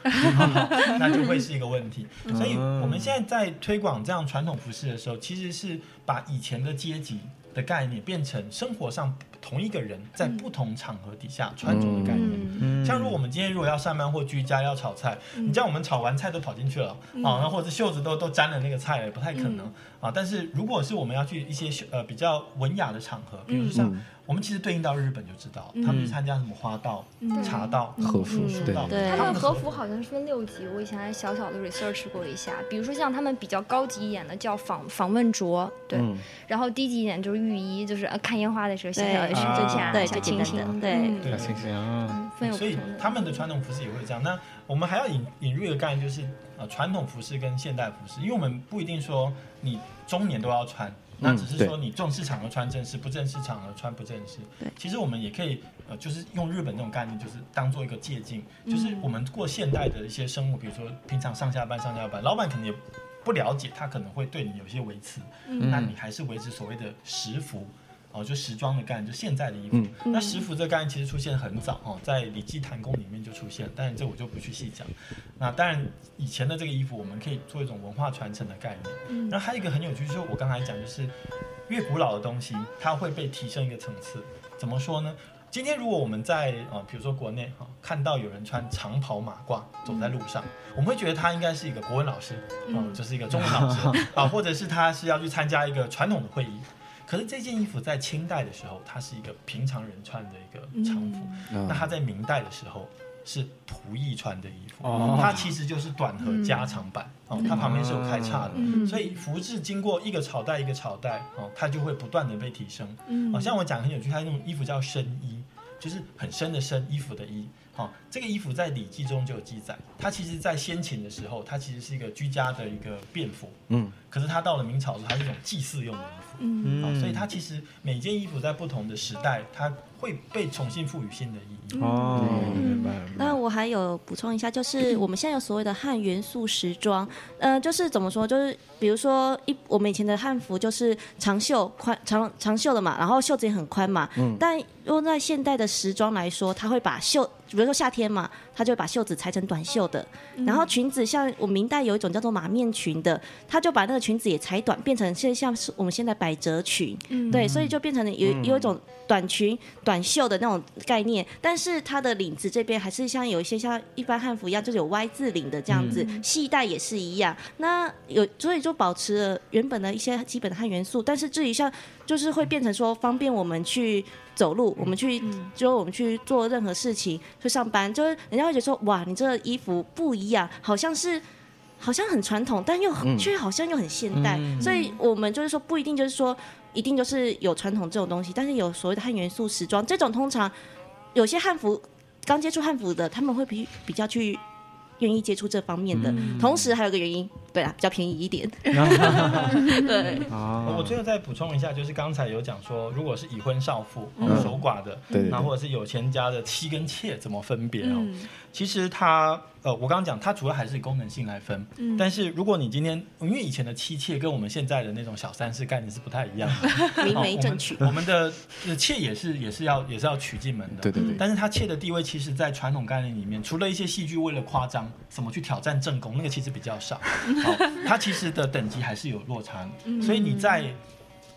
C: 那就会是一个问题。所以我们现在在推广这样传统服饰的时候，其实是把以前的阶级的概念变成生活上同一个人在不同场合底下穿着的概念。
E: 嗯，
B: 嗯
C: 像如果我们今天如果要上班或居家要炒菜，你叫我们炒完菜都跑进去了啊，
D: 嗯
C: 然后或者是袖子都都沾了那个菜了，也不太可能
D: 嗯
C: 啊。但是如果是我们要去一些秀呃比较文雅的场合，
E: 嗯
C: 比如说像我们其实对应到日本就知道，他们去参加什么花道、
D: 嗯
C: 茶道、
A: 和服
C: 武术
A: 对
C: 道，
D: 对
E: 他
C: 们
E: 们
C: 的
E: 和服好像是分六级，我以前还小小的 research 过一下。比如说像他们比较高级一点的叫访访问着，对，
A: 嗯
E: 然后低级一点就是浴衣，就是呃看烟花的时候小
D: 对
E: 小的裙子
C: 啊
E: 下
D: 对
E: 小
D: 最简
E: 清
D: 单的，
E: 新
D: 对，
C: 对
B: 小清新啊，
E: 嗯分有不
C: 所以
E: 同的
C: 他们的传统服饰也会这样。那我们还要引引入一个概念，就是呃传统服饰跟现代服饰，因为我们不一定说你中年都要穿，那只是
A: 嗯对
C: 说你正式场合穿正式，不正式场合穿不正式
D: 对。
C: 其实我们也可以呃，就是用日本那种概念，就是当做一个借鉴，
A: 嗯
C: 就是我们过现代的一些生活，比如说平常上下班上下班，老板可能也。不了解，他可能会对你有些维持，
A: 嗯
C: 那你还是维持所谓的时服，哦，就时装的概念，就现在的衣服。
A: 嗯
C: 那食服这个概念其实出现很早哦，在《礼记谈公》里面就出现，但这我就不去细讲。那当然，以前的这个衣服我们可以做一种文化传承的概念。嗯，然后还有一个很有趣，就是我刚才讲，就是越古老的东西，它会被提升一个层次。怎么说呢？今天如果我们在呃，比如说国内哈、哦看到有人穿长袍马褂走在路上，我们会觉得他应该是一个国文老师，哦、就是一个中文老师啊，或者是他是要去参加一个传统的会议。可是这件衣服在清代的时候，它是一个平常人穿的一个常服，那它在明代的时候是仆役穿的衣服，
B: 哦
C: 它其实就是短和加长版、哦，它旁边是有开叉的，
E: 嗯
C: 所以服饰经过一个朝代一个朝代哦，它就会不断的被提升。
D: 嗯
C: 好、像我讲很有趣，它那种衣服叫深衣，就是很深的深，衣服的衣。好、这个衣服在《礼记》中就有记载，它其实在先秦的时候，它其实是一个居家的一个便服，
A: 嗯
C: 可是它到了明朝的时候，它是一种祭祀用的衣服。
B: 嗯
C: 啊，所以它其实每件衣服在不同的时代，它会被重新赋予新的意义。
B: 哦，明白了。
D: 那我还有补充一下，就是我们现在有所谓的汉元素时装，呃，就是怎么说，就是比如说一我们以前的汉服就是长袖宽长长袖的嘛，然后袖子也很宽嘛，但用在现代的时装来说，它会把袖，比如说夏天嘛，它就会把袖子裁成短袖的，然后裙子像我们明代有一种叫做马面裙的，它就把那个裙子也裁短，变成现像是我们现在百褶裙，对，所以就变成了有有一种短裙、短袖的那种概念，但是它的领子这边还是像有一些像一般汉服一样，就是有 Y 字领的这样子，系带也是一样。那有所以就保持了原本的一些基本的汉元素，但是至于像就是会变成说方便我们去走路，我们去
E: 嗯
D: 就我们去做任何事情，去上班，就是人家会觉得说哇，你这个衣服不一样，好像是。好像很传统，但又很
A: 嗯
D: 却好像又很现代，
B: 嗯
D: 所以我们就是说不一定就是说一定就是有传统这种东西，但是有所谓的汉元素时装这种，通常有些汉服刚接触汉服的，他们会比比较去愿意接触这方面的。同时还有一个原因，对啦，比较便宜一点。对，
C: 我
B: 啊，
C: 最后再补充一下，就是刚才有讲说，如果是已婚少妇、
A: 嗯
C: 守寡的，
A: 对对
C: 然后或者是有钱家的妻跟妾怎么分别
D: 嗯
C: 哦？其实它呃，我刚刚讲它主要还是以功能性来分，
E: 嗯
C: 但是如果你今天因为以前的妻妾跟我们现在的那种小三世概念是不太一样 的，
D: 明
C: 哦
D: 媒 正娶。
C: 我们我们的呃妾也是也是要也是要娶进门的，
A: 对对
B: 嗯
A: 对
C: 但是他妾的地位，其实，在传统概念里面，除了一些戏剧为了夸张，怎么去挑战正宫，那个其实比较 少。好，他其实的等级还是有落差
E: 嗯
C: 的，所以你在。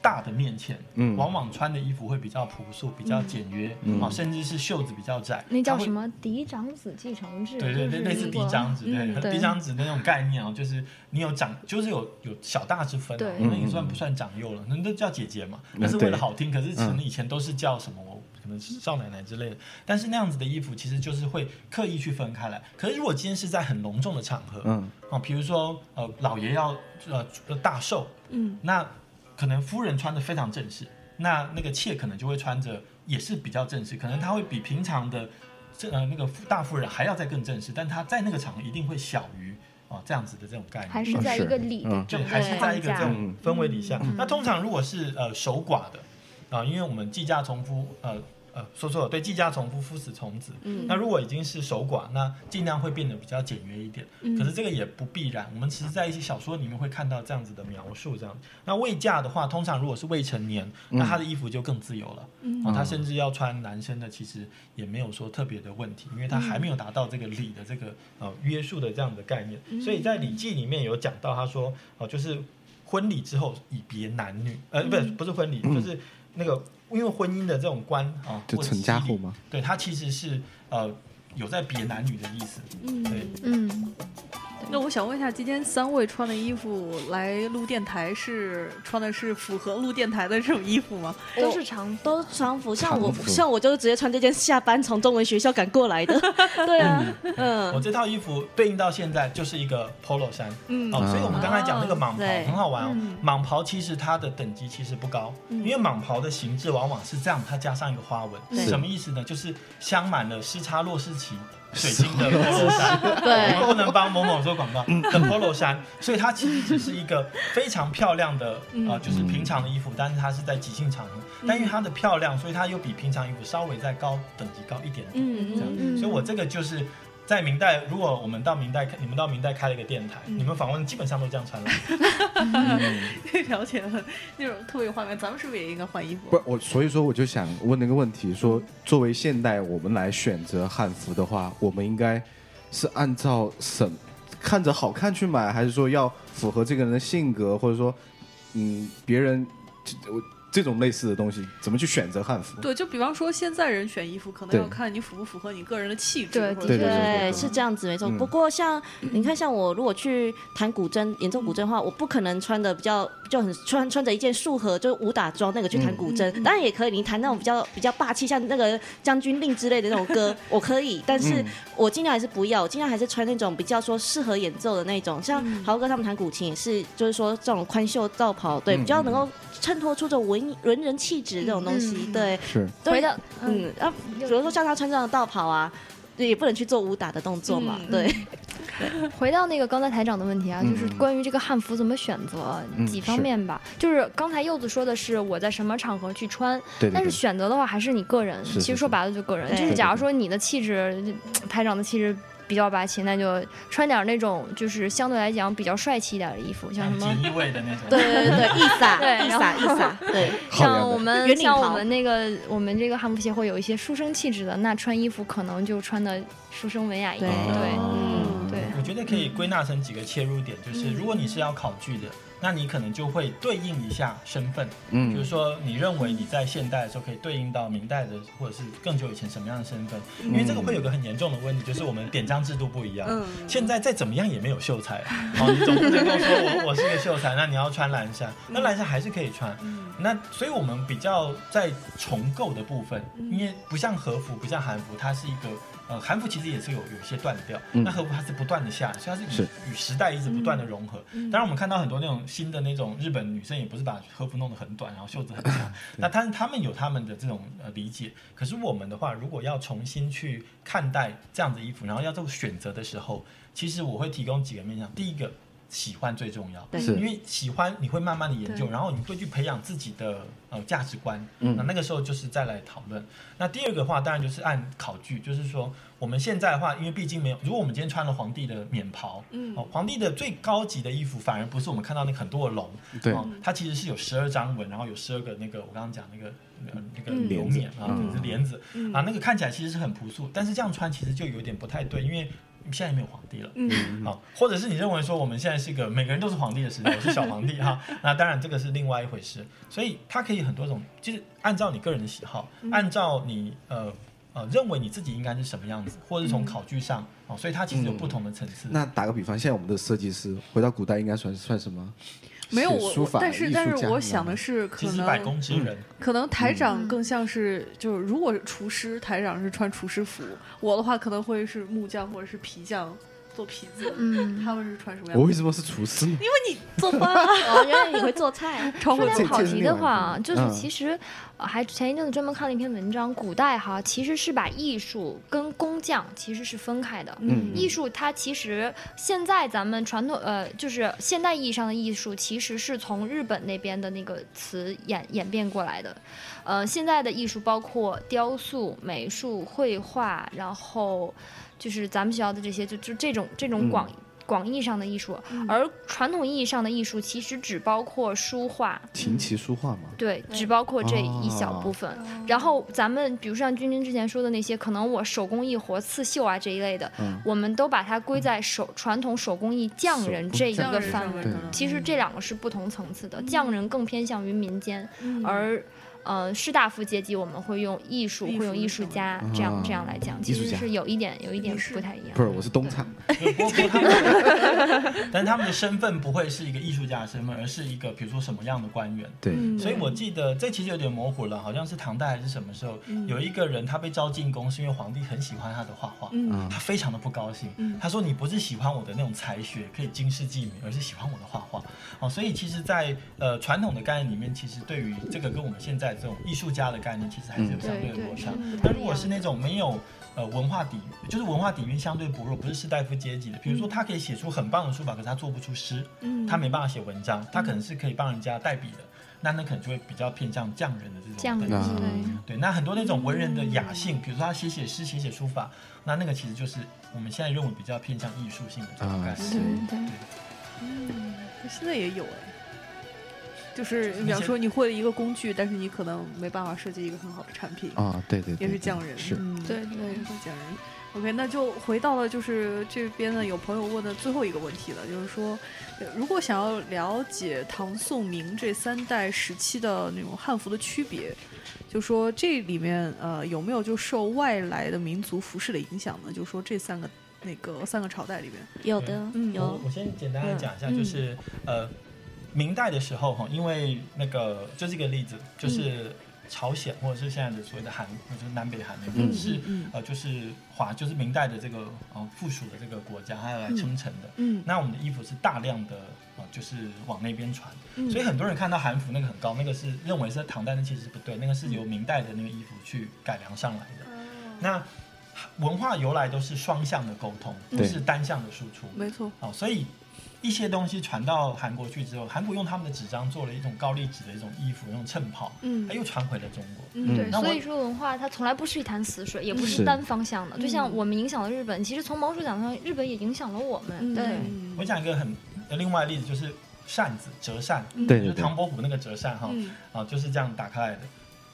C: 大的面前，
A: 嗯
C: 往往穿的衣服会比较朴素、比较简约，
A: 嗯
C: 哦，甚至是袖子比较窄。
E: 那叫
C: 它会
E: 什么嫡长子继承制，
C: 对对
E: 就是
C: 对，类似
E: 如
C: 嫡
E: 果
C: 长子，
E: 嗯
C: 对嫡长子那种概念哦，就是你有长，就是有有小大之分、啊
E: 对，
C: 那你算不算长幼了？那都叫姐姐嘛，
A: 嗯
C: 但是为了
A: 对嗯
C: 好听，可是可能以前都是叫什么，我可能是少奶奶之类的。但是那样子的衣服其实就是会刻意去分开来。可是如果今天是在很隆重的场合，
A: 嗯
C: 啊，比如说呃老爷要呃大寿，嗯，那可能夫人穿的非常正式，那那个妾可能就会穿着也是比较正式，可能她会比平常的这呃那个夫大夫人还要再更正式，但她在那个场合一定会小于啊、这样子的这种概念，
E: 还是在一个礼的
A: 嗯
C: 就
E: 整个
C: 还是在一个这
E: 框架
C: 种氛围底下。
E: 嗯
C: 那通常如果是呃守寡的啊、因为我们计价从夫呃呃说错了，对，计价从夫，夫死从子。
D: 嗯
C: 那如果已经是守寡，那尽量会变得比较简约一点。可是这个也不必然，我们其实在一些小说里面会看到这样子的描述。这样，那未嫁的话，通常如果是未成年，
A: 嗯
C: 那她的衣服就更自由了。嗯，她甚至要穿男生的，其实也没有说特别的问题，因为她还没有达到这个礼的这个呃约束的这样的概念。所以在《礼记》里面有讲到，他说哦、就是婚礼之后以别男女，呃，不是不是婚礼，就是。那个，因为婚姻的这种观啊，
A: 就
C: 或者
A: 陈家后
C: 妻离
A: 吗？
C: 对，它其实是呃有在别男女的意思。
D: 嗯，
E: 嗯，
F: 那我想问一下，今天三位穿的衣服来录电台是穿的是符合录电台的这种衣服吗？
E: 都是常
D: 都常服，像我
A: 常服
D: 像我就是直接穿这件下班从中文学校赶过来 的，对啊，
C: 我
D: 嗯，
C: 这套衣服对应到现在就是一个 polo 衫，
F: 嗯
C: 哦，所以我们刚才讲那个
D: 哦
C: 蟒袍
D: 对
C: 很好玩哦
F: 嗯。
C: 蟒袍其实它的等级其实不高，
D: 嗯
C: 因为蟒袍的形制往往是这样，它加上一个花纹，
D: 对
C: 什么意思呢？就是镶满了施叉洛世奇水晶的 polo 衫，
D: 对
C: 我不能帮某某做广告的 polo 衫，所以它其实只是一个非常漂亮的
D: 嗯
C: 啊、呃就是平常的衣服，但是它是在即兴场合，但因为它的漂亮，所以它又比平常衣服稍微再高等级高一点点。
F: 嗯
D: 嗯
E: 嗯
C: 所以我这个就是在明代，如果我们到明代开，你们到明代开了一个电台，
D: 嗯
C: 你们访问基本上都这样穿 了。
F: 了解了，那种特别有画面，咱们是不是也应该换衣服？
A: 不，我所以说我就想问那个问题，说作为现代我们来选择汉服的话，我们应该是按照什看着好看去买，还是说要符合这个人的性格，或者说嗯别人这我这种类似的东西，怎么去选择汉服？
F: 对，就比方说现在人选衣服，可能
A: 对
F: 要看你符不符合你个人的气质。
E: 对
F: 或者
A: 对
E: 的
A: 对对
D: 对，是这样子没
F: 嗯
D: 错。不过像你看，像我如果去弹古筝、演奏古筝的话，我不可能穿的比较就很穿穿着一件束河就是武打装那个去弹古筝
F: 嗯嗯，嗯
D: 当然也可以。你弹那种比较比较霸气，像那个《将军令》之类的那种歌，我可以，但是我尽量还是不要，我尽量还是穿那种比较说适合演奏的那种。像豪哥他们弹古琴也是，就是说这种宽袖罩袍，对，
A: 嗯
D: 比较能够衬托出这种文文人气质这种东西，
F: 嗯嗯
D: 对。
A: 是
D: 对
E: 回到嗯
D: 嗯，啊，比如说像他穿这样的道袍啊，也不能去做武打的动作嘛，
F: 嗯
D: 对，
E: 回到那个刚才台长的问题啊，
A: 嗯
E: 就是关于这个汉服怎么选择
A: 嗯
E: 几方
A: 是
E: 面吧。就是刚才柚子说的是我在什么场合去穿，
A: 对对对，
E: 但是选择的话还是你个人。
A: 是
E: 其
A: 是
E: 实说白了就个人，
D: 对
E: 就是假如说你的气质，台长的气质。比较霸气，那就穿点那种就是相对来讲比较帅气一点的衣服，
A: 哎
E: 像什么
C: 锦衣卫的那种。
D: 对对对，一撒
E: 对
D: 一
E: 然
D: 撒
E: 后
D: 一撒，对，
A: 好样
E: 像
A: 的
E: 我们
D: 圆领
E: 像我
D: 袍
E: 们那个我们这个汉服协会有一些书生气质的，那穿衣服可能就穿的书生文雅一点，
D: 对
E: 对
A: 嗯
E: 对
C: 我觉得可以归纳成几个切入点，
D: 嗯
C: 就是如果你是要考据的，那你可能就会对应一下身份，比如
A: 嗯
C: 说你认为你在现代的时候可以对应到明代的或者是更久以前什么样的身份，因为这个会有个很严重的问题，就是我们典章制度不一样。
F: 嗯，
C: 现在再怎么样也没有秀才，哦，你总不能够说我我是一个秀才，那你要穿蓝衫，那蓝衫还是可以穿。那所以我们比较在重构的部分，因为不像和服，不像韩服，它是一个呃，韩服其实也是有有一些断掉，
A: 嗯
C: 那和服它是不断的下来，所以它是
A: 是
C: 与与时代一直不断的融合。当然，我们看到很多那种新的那种日本女生，也不是把和服弄得很短，然后袖子很长，那但是他们有他们的这种呃理解。可是我们的话，如果要重新去看待这样的衣服，然后要做选择的时候，其实我会提供几个面向。第一个，喜欢最重要，
D: 对
A: 是
C: 因为喜欢你会慢慢的研究，
F: 对
C: 然后你会去培养自己的呃价值观。
A: 嗯
C: 那那个时候就是再来讨论。那第二个话，当然就是按考据，就是说我们现在的话，因为毕竟没有，如果我们今天穿了皇帝的冕袍，
F: 嗯
C: 哦，皇帝的最高级的衣服反而不是我们看到那个很多的龙，
A: 对
C: 哦，它其实是有十二张纹，然后有十二个那个我刚刚讲那个呃那个
E: 嗯
C: 流
A: 帘子
C: 冕啊，就是帘子
F: 嗯
C: 啊，那个看起来其实是很朴素，但是这样穿其实就有点不太对，因为现在没有皇帝了。
F: 嗯
C: 好，或者是你认为说我们现在是一个每个人都是皇帝的 时代，我是小皇帝哈，那当然这个是另外一回事，所以它可以很多种，就是按照你个人的喜好，
F: 嗯
C: 按照你呃呃认为你自己应该是什么样子，或者是从考据上
F: 嗯
C: 哦，所以它其实有不同的层次。
A: 那打个比方，现在我们的设计师回到古代应该算算什么？
F: 没有
A: 写
F: 我
A: 书
F: 我，
A: 法
F: 但是
A: 艺术
F: 但是
A: 家
F: 我
A: 吗
F: 想的是，可
C: 其实是百
F: 能
C: 工之人，
F: 可能
E: 嗯
F: 台长更像是就是，如果是厨师，台长是穿厨师服；我的话可能会是木匠或者是皮匠做皮子，
E: 嗯
F: 他们是穿什么样
A: 我
F: 子？
A: 为什么是厨师呢？
F: 因为你做饭啊，
D: 哦，原来你会做菜，
F: 超
E: 说
F: 会
E: 点
A: 这
E: 跑
A: 这是
E: 题
A: 另
E: 的
A: 外一
E: 话
A: 个
E: 啊，就是
A: 嗯
E: 其实呃还前一阵子专门看了一篇文章，古代哈其实是把艺术跟工匠其实是分开的。
A: 嗯
E: 艺术它其实现在咱们传统呃，就是现代意义上的艺术，其实是从日本那边的那个词演演变过来的。呃，现在的艺术包括雕塑、美术、绘画，然后就是咱们学校的这些，就就这种这种
A: 嗯
E: 广、广义上的艺术。而传统意义上的艺术，其实只包括书画，
A: 琴棋书画嘛，
E: 对，只包括这一小部
A: 哦
E: 分。然后咱们比如像君君之前说的那些，可能我手工艺活、刺绣啊这一类的，
A: 嗯
E: 我们都把它归在手传统手工艺匠
A: 手
E: 人
A: 工
E: 这一
F: 匠
E: 个
F: 人
E: 范
F: 上
E: 围
F: 面
A: 对
F: 可能嗯
E: 其实这两个是不同层次的，匠人更偏向于民间，而呃士大夫阶级，我们会用艺术，
F: 艺
E: 会用
F: 术
E: 艺术家这样这样来讲，其
A: 啊艺术
E: 实
A: 家
E: 是有一点有一点
F: 也是
E: 不太一样。
A: 不是，我是东厂，
F: 嗯
C: 不过他 们但是他们的身份不会是一个艺术家的身份，而是一个比如说什么样的官员。
A: 对，
F: 嗯
C: 所以我记得这其实有点模糊了，好像是唐代还是什么时候，
F: 嗯
C: 有一个人他被招进宫，是因为皇帝很喜欢他的画画，
F: 嗯
A: 啊
C: 他非常的不高兴，他说你不是喜欢我的那种才学，可以经世济民，而是喜欢我的画画哦。所以其实在，呃传统的概念里面，其实对于这个跟我们现在这种艺术家的概念，其实还是有相对的落差。
E: 嗯对对
C: 那如果是那种没有呃文化底，就是文化底蕴相对薄弱，不是士大夫阶级的，比如
E: 嗯
C: 说他可以写出很棒的书法，可是他做不出诗，他没办法写文章，他可能是可以帮人家代笔的，那那可能就会比较偏向匠人的这种
E: 匠人嗯
C: 等级
A: 啊
C: 对，那很多那种文人的雅兴，比如说他写写诗、写写书法，那那个其实就是我们现在认为比较偏向艺术性的这种概
A: 啊，
C: 念。
A: 是
F: 现在也有哎。就是比方说，你会了一个工具，但是你可能没办法设计一个很好的产品，
C: 哦
A: 啊，对对，对
F: 也是
A: 对
F: 匠人。
A: 是
F: 嗯
E: 对对
F: 也是匠人。OK，那就回到了就是这边呢，有朋友问的最后一个问题了，就是说，呃如果想要了解唐宋明这三代时期的那种汉服的区别，就说这里面呃有没有就受外来的民族服饰的影响呢？就说这三个那个三个朝代里面，
D: 有的，
F: 嗯
D: 有
C: 我我先简单的讲一下，
F: 嗯
C: 就是呃，明代的时候哈，因为那个就这个例子，
F: 嗯
C: 就是朝鲜或者是现在的所谓的韩，就是南北韩那边、
A: 嗯
C: 是
F: 嗯
C: 呃，就是华，就是明代的这个呃附属的这个国家，它来称臣的。
F: 嗯
C: 那我们的衣服是大量的呃，就是往那边传，
F: 嗯
C: 所以很多人看到韩服那个很高，那个是认为是唐代，那其实是不对，那个
F: 嗯
C: 是由明代的那个衣服去改良上来的。那文化由来都是双向的沟通，不
A: 对
C: 是单向的输出。
F: 没错，
C: 哦，所以一些东西传到韩国去之后，韩国用他们的纸张做了一种高丽纸的一种衣服，那种衬袍，
F: 嗯
C: 它又传回了中国。
F: 嗯
E: 对，
C: 那我
E: 所以说文化它从来不是一潭死水，也不
A: 是
E: 是单方向的。就像
F: 嗯
E: 我们影响了日本，其实从某种角度上，日本也影响了我们。对，
F: 嗯
C: 我讲一个很另外的例子，就是扇子折扇，
A: 对对
C: 就是
A: 对，啊
C: 唐伯虎那个折扇哈，
F: 嗯
C: 啊，就是这样打开来的。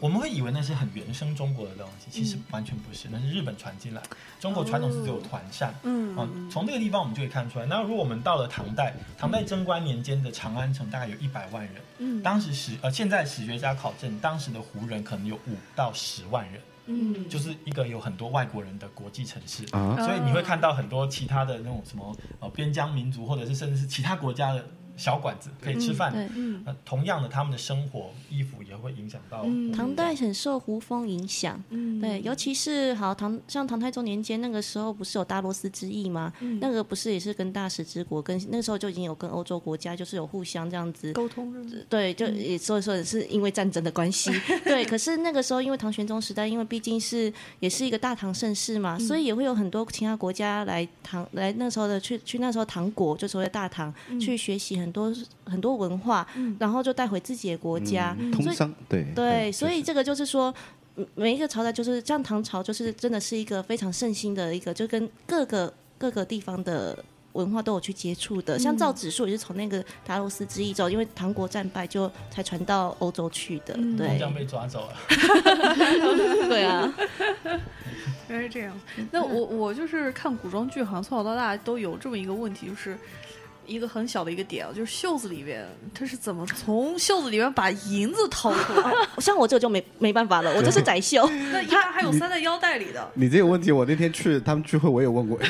C: 我们会以为那是很原生中国的东
F: 嗯
C: 西，其实完全不是，那是日本传进来。中国传统是只有团扇，
F: 嗯
C: 啊，从这个地方我们就可以看出来。那如果我们到了唐代，唐代贞观年间的长安城大概有一百万人，
F: 嗯
C: 当时史呃现在史学家考证，当时的胡人可能有五到十万人，
F: 嗯
C: 就是一个有很多外国人的国际城市。
F: 哦
A: 啊，
C: 所以你会看到很多其他的那种什么呃边疆民族，或者是甚至是其他国家的小馆子可以吃饭。
D: 对。
F: 嗯
C: 呃，同样的，他们的生活、衣服也会影响到我们
D: 嗯唐代很受胡风影响，
F: 嗯
D: 对，尤其是好唐像唐太宗年间那个时候，不是有大罗斯之役吗？
F: 嗯
D: 那个不是也是跟大使之国跟那时候就已经有跟欧洲国家就是有互相这样子
F: 沟通是吗
D: 对，就也所以说也是因为战争的关系，对。可是那个时候，因为唐玄宗时代，因为毕竟是也是一个大唐盛世嘛，所以也会有很多其他国家来唐来那时候的去去那时候唐国，就所谓的大唐、去学习很多很多文化，然后就带回自己的国家。
A: 嗯通
D: 所以
A: 商对
D: 对，所以
A: 就是
D: 这个就是说。嗯每一个朝代就是像唐朝，就是真的是一个非常盛行的一个，就跟各个各个地方的文化都有去接触的。
C: 嗯
D: 像造纸术也是从那个达罗斯之役之后，因为唐国战败，就才传到欧洲去的。
C: 这样
D: 对，
C: 被抓走了。
D: 对啊，
F: 原来是这样。
G: 嗯
F: 那我我就是看古装剧，好像从小到大都有这么一个问题，就是一个很小的一个点啊，就是袖子里面它是怎么从袖子里面把银子掏出来？
D: 像我这就没没办法了，我就是窄袖。
F: 那一般还有塞在腰带里的。
A: 你这个问题，我那天去他们聚会，我也问过，哎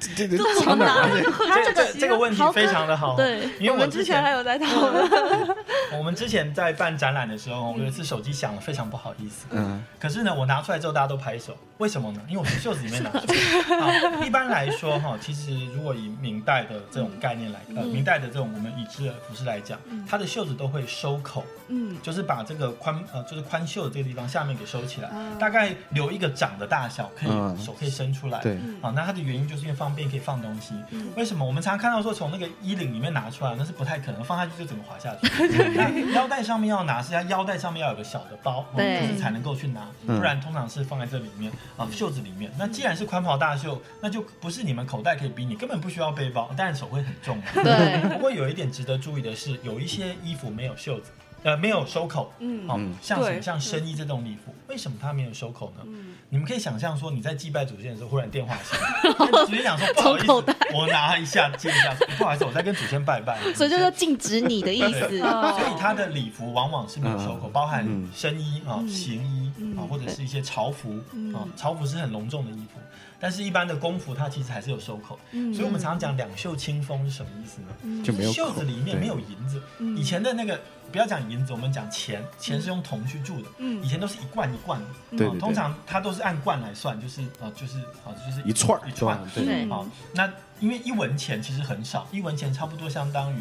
A: 这这这藏哪儿啊？
G: 嗯
F: 他
C: 这个这个问题非常的好，
D: 对，
C: 因为我之前
F: 有在讨论，
C: 我们之前在办展览的时候，我有一次手机响了，非常不好意思。
A: 嗯，
C: 可是呢，我拿出来之后大家都拍手，为什么呢？因为我从袖子里面拿出来。好，一般来说哈，其实如果以明代的这种概念来，呃，明代的这种我们已知的服饰来讲，它的袖子都会收口，
F: 嗯，
C: 就是把这个宽呃就是宽袖的这个地方下面给收起来
F: 啊，
C: 大概留一个掌的大小，可
A: 嗯
C: 以手可以伸出来。
A: 对，
D: 嗯
C: 好，那它的原因就是因为方便可以放东西。为什么我们常常看到说从那个衣领里面拿出来，那是不太可能，放下去就整个滑下 去。那腰带上面要拿，是它腰带上面要有个小的包，哦
D: 对
C: 就是才能够去拿，
A: 嗯
C: 不然通常是放在这里面啊袖子里面。
D: 嗯
C: 那既然是宽袍大袖，那就不是你们口袋可以比拟，根本不需要背包，但是手会很重。
D: 对
C: 不过有一点值得注意的是，有一些衣服没有袖子，呃没有收口，
F: 嗯
C: 哦，像什么
F: 对
C: 像生衣这种礼服，为什么它没有收口呢？
F: 嗯
C: 你们可以想象说，你在祭拜祖先的时候，忽然电话 响，直接想说不好意
D: 从口
C: 思，我拿一下接一下，不好意思，我在跟祖先拜拜。
D: 所以就说禁止你的意
C: 对
D: 思。
F: 哦
C: 所以它的礼服往往是没有收口，包含
A: 嗯
C: 深衣啊、
F: 嗯
C: 行衣
F: 嗯
C: 啊，或者是一些朝服啊
F: 嗯，
C: 朝服是很隆重的衣服，但是一般的工服它其实还是有收口。
F: 嗯
C: 所以我们常常讲两袖清风是什么意思呢？
A: 就没有
C: 袖
A: 口
C: 子里面
A: 对
C: 没有银子，
F: 嗯
C: 以前的那个不要讲银子，我们讲钱，钱是用铜去铸的，
F: 嗯
C: 以前都是一罐一罐的，
A: 对
C: 哦
A: 对
C: 通
A: 对
C: 常它都是按罐来算，就是啊，就是啊，就是
A: 一串儿
C: 一
A: 一
C: 串
A: 串儿，
D: 对
C: 嗯好，那因为一文钱其实很少，一文钱差不多相当于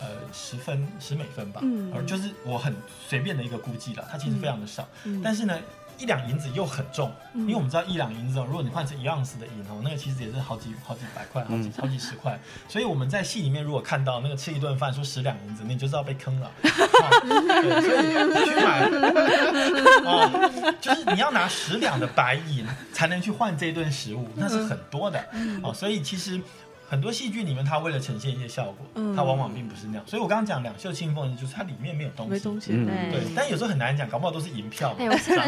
C: 呃十分十美分吧，
F: 嗯
C: 而就是我很随便的一个估计了，它其实非常的少，
F: 嗯
C: 但是呢。一两银子又很重，
F: 嗯
C: 因为我们知道一两银子哦，如果你换成一盎司的银哦，那个其实也是好几好几百块，好几、
F: 嗯
C: 好几十块。所以我们在戏里面如果看到那个吃一顿饭说十两银子，那你就知道被坑 了。啊对所以不去买 哦，就是你要拿十两的白银才能去换这顿食物，那是很多的、
F: 嗯
C: 哦。所以其实很多戏剧里面，它为了呈现一些效果，
F: 嗯
C: 它往往并不是那样。所以我刚刚讲两袖清风，就是它里面没有东西。
F: 没东西，
A: 嗯
C: 对，但有时候很难讲，搞不 好都是银票嘛。
E: 哎，我现 在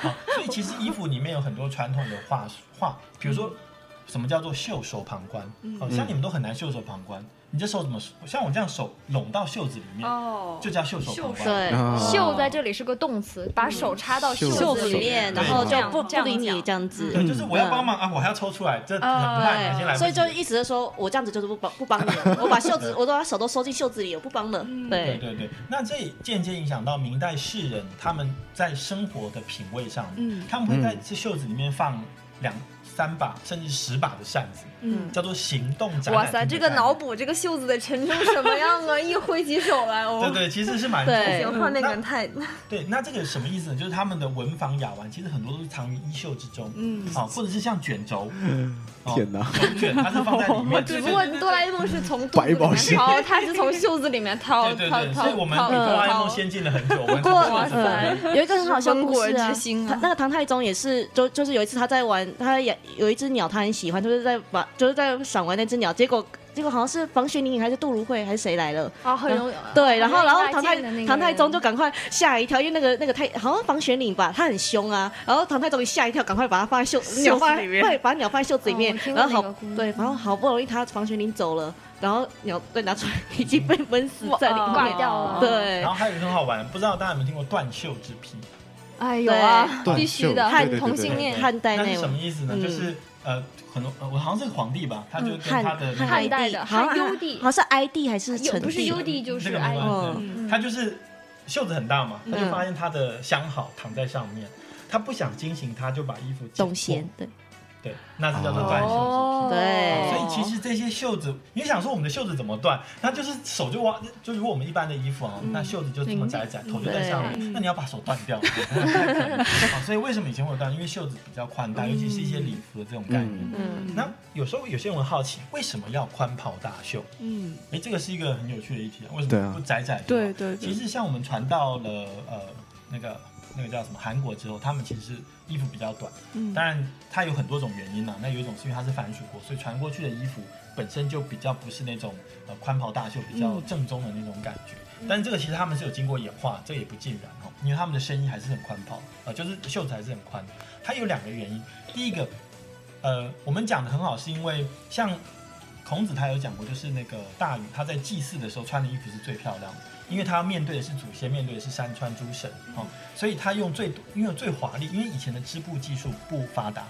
C: 好，所以其实衣服里面有很多传统的话术话，比如说什么叫做袖手旁观，
F: 嗯
C: 好、像你们都很难袖手旁观，你这手怎么像我这样手拢到袖子里面，
F: 哦
C: 就叫袖手旁观。
D: 对，
A: 啊
E: 袖在这里是个动词，把
D: 嗯
E: 手插到
A: 袖
D: 袖
E: 子
D: 子里面，
C: 对
D: 然后
E: 这
D: 就
E: 样
D: 不
E: 这
D: 不
E: 样
D: 理你
E: 讲
D: 这样子。
C: 对，就是我要帮忙啊，我还要抽出来，这很慢，
F: 哦
C: 我先来不及。
D: 哎所以就意思是说，我这样子就是不帮不帮你了，我把袖子，我都把手都收进袖子里，我不帮了。
E: 嗯
C: 对
D: 对，
C: 对对，那这也间接影响到明代士人他们在生活的品味上面，
F: 嗯
C: 他们会在
A: 嗯
C: 这袖子里面放两三把甚至十把的扇子，
F: 嗯
C: 叫做行动展览
G: 哇
C: 厅的
G: 塞，
C: 概
G: 这
C: 念
G: 个脑补这个袖子得沉成什么样啊！一挥起手来，哦，
C: 对对，其实是蛮重
D: 对
G: 行，换那个人太
C: 对，那这个什么意思呢？就是他们的文房雅玩，其实很多都是藏于衣袖之中，
F: 嗯
C: 啊，或者是像卷轴，哦
A: 天哪，
C: 手卷它是放在里 面，
G: 只不过哆啦 A 梦是从肚子
A: 百
G: 里
A: 宝
G: 面
A: 箱
G: 掏，他是从袖子里面掏
C: 对对
G: 掏
C: 对，所以我
G: 掏
C: 们
G: 掏
C: 比哆啦 A 梦
G: 掏。
C: 先进了很久，我们
D: 不过
C: 从
G: 哇
C: 袖子
G: 塞，
D: 有一个很好笑的故事
G: 中国
D: 啊
G: 之星，啊
D: 他那个唐太宗也是，就就是有一次他在玩，他养有一只鸟，他很喜欢，就是在把就是在赏玩那只鸟，结果结果好像是房玄龄还是杜如晦还是谁来了。
E: 啊，很容易。
D: 嗯对，然后然后
E: 很
D: 唐
E: 容易
D: 太
E: 搭建的那个
D: 唐太宗就赶快吓一跳，因为那个那个太好像房玄龄吧，他很凶啊，然后唐太宗一吓一跳，赶快把它放在袖
F: 袖
D: 鸟放
F: 子
D: 在
F: 里面
D: 对，把鸟放在袖子里面
E: 哦我，听过
D: 然后
E: 那
D: 好
E: 个故事
D: 对，然后好不容易他房玄龄走了，然后鸟被拿出来已经被闷死在里
G: 哇
E: 挂
D: 面，
E: 掉了。
D: 对
C: 然，后还有一个很好玩，不知道大家有没有听过断袖之癖？
G: 哎呦啊，
A: 对
G: 必须的，
A: 断袖对对对
G: 同性
C: 对
G: 恋。
D: 汉代
C: 那
D: 那
C: 是什
D: 种
C: 么。意思呢？
D: 嗯
C: 就是呃，很多呃我好像是皇帝吧，他就跟
D: 汉
C: 他的那个
E: 汉代的
C: 啊
D: 好像
E: 还幽帝
D: 好像是 ID 还啊是
E: 有
D: 成
E: 不是
D: 帝
E: 幽帝就
C: 这
E: 是
C: 个没
E: 哀帝。
C: 关系，
F: 嗯
C: 他就是袖子很大嘛，他就
D: 嗯
C: 发现他的相好躺在上面，他不想惊醒他，就把衣服解
D: 董
C: 脱
D: 贤，对
C: 对，那是叫做断袖之癖。
G: 哦，
D: 对
C: 所以其实这些袖子，你想说我们的袖子怎么断？那就是手就往，就如果我们一般的衣服啊，
A: 嗯
C: 那袖子就这么窄窄，头就在上面，那你要把手断掉。 好所以为什么以前会有断？因为袖子比较宽大，尤其是一些礼服的这种概念。
D: 嗯
C: 那有时候有些人会好奇，为什么要宽袍大袖？
F: 嗯，
C: 哎，这个是一个很有趣的议题啊，为什
A: 对
C: 么
A: 啊
C: 不窄窄就好？
F: 对对对
C: 其实像我们传到了呃那个那个叫什么韩国之后，他们其实衣服比较短，
F: 嗯
C: 当然它有很多种原因呐、那有一种是因为它是藩属国，所以传过去的衣服本身就比较不是那种呃宽袍大袖比
F: 嗯
C: 较正宗的那种感觉。但是这个其实他们是有经过演化，这个也不尽然哦，因为他们的身衣还是很宽袍，呃，就是袖子还是很宽。它有两个原因，第一个，呃，我们讲的很好，是因为像孔子他有讲过，就是那个大禹他在祭祀的时候穿的衣服是最漂亮的，因为他要面对的是祖先，面对的是山川诸神哦，所以他用最因为最华丽，因为以前的织布技术不发达，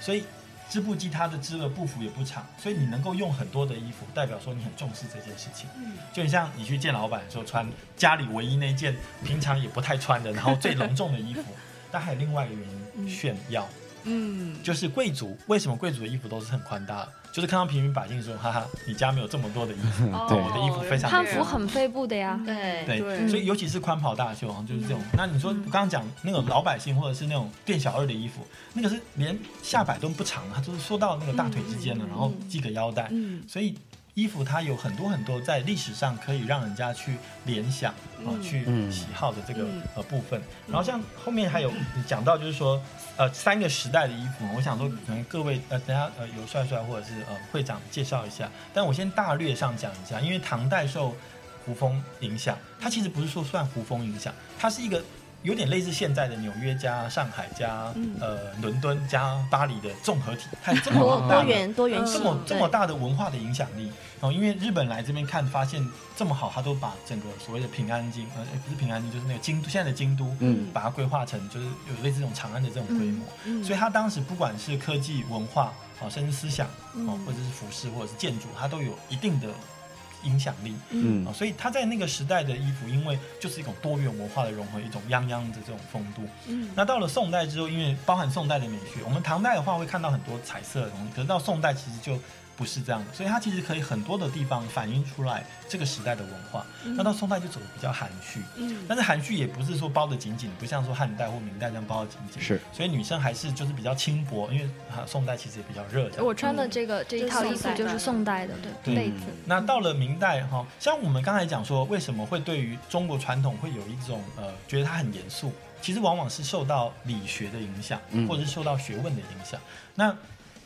C: 所以织布机它的织的布幅也不长，所以你能够用很多的衣服，代表说你很重视这件事情。就很像你去见老板的时候穿家里唯一那件平常也不太穿的，然后最隆重的衣服。但还有另外一个原因，炫耀。
F: 嗯，
C: 就是贵族，为什么贵族的衣服都是很宽大的？就是看到平民百姓说，哈哈，你家没有这么多的衣服，
D: 哦
A: 对
C: 我的衣服非常嗯
E: 汉
C: 对
E: 服很费布的呀。
D: 对
C: 对，
F: 对
C: 所以尤其是宽袍大袖，好像就是这种。那你说我刚刚讲那种老百姓或者是那种店小二的衣服，那个是连下摆都不长，它就是缩到那个大腿之间了，然后系个腰带。
F: 嗯
C: 所以衣服它有很多很多在历史上可以让人家去联想啊、
F: 嗯
C: 去
A: 嗯
C: 喜好的这个、
F: 嗯
C: 呃部分。然后像后面还有你讲到就是说呃三个时代的衣服，我想说可能各位呃等下呃有帅帅或者是呃会长介绍一下，但我先大略上讲一下，因为唐代受胡风影响，它其实不是说算胡风影响，它是一个有点类似现在的纽约加上海加、
F: 嗯
C: 呃伦敦加巴黎的综合体，它有这
D: 多
C: 么大
D: 多
C: 的
D: 元多元
F: 嗯
D: 性
C: 哎这么，这
D: 对
C: 么大的文化的影响力，然后因为日本来这边看，发现这么好，他都把整个所谓的平安京，呃，不是平安京，就是那个京都，现在的京都，
A: 嗯
C: 把它规划成就是有类似这种长安的这种规模，
F: 嗯
C: 所以他当时不管是科技、文化，啊，甚至思想，哦
F: 嗯，
C: 或者是服饰，或者是建筑，它都有一定的影响力。
A: 嗯
C: 啊，所以他在那个时代的衣服，因为就是一种多元文化的融合，一种泱泱的这种风度。
F: 嗯
C: 那到了宋代之后，因为包含宋代的美学，我们唐代的话会看到很多彩色的东西，可是到宋代其实就不是这样的，所以它其实可以很多的地方反映出来这个时代的文化。那到宋代就走的比较含蓄，
F: 嗯
C: 但是含蓄也不是说包的紧紧，不像说汉代或明代这样包的紧紧。
A: 是，
C: 所以女生还是就是比较轻薄，因为啊宋代其实也比较热这样。
E: 我穿的这个这一
F: 就是
E: 套衣
F: 宋
E: 服
F: 代
E: 就
F: 的
E: 是宋代的，
A: 嗯
E: 对，被子。
C: 那到了明代哈、像我们刚才讲说，为什么会对于中国传统会有一种呃，觉得它很严肃？其实往往是受到理学的影响，
A: 嗯
C: 或者是受到学问的影响。那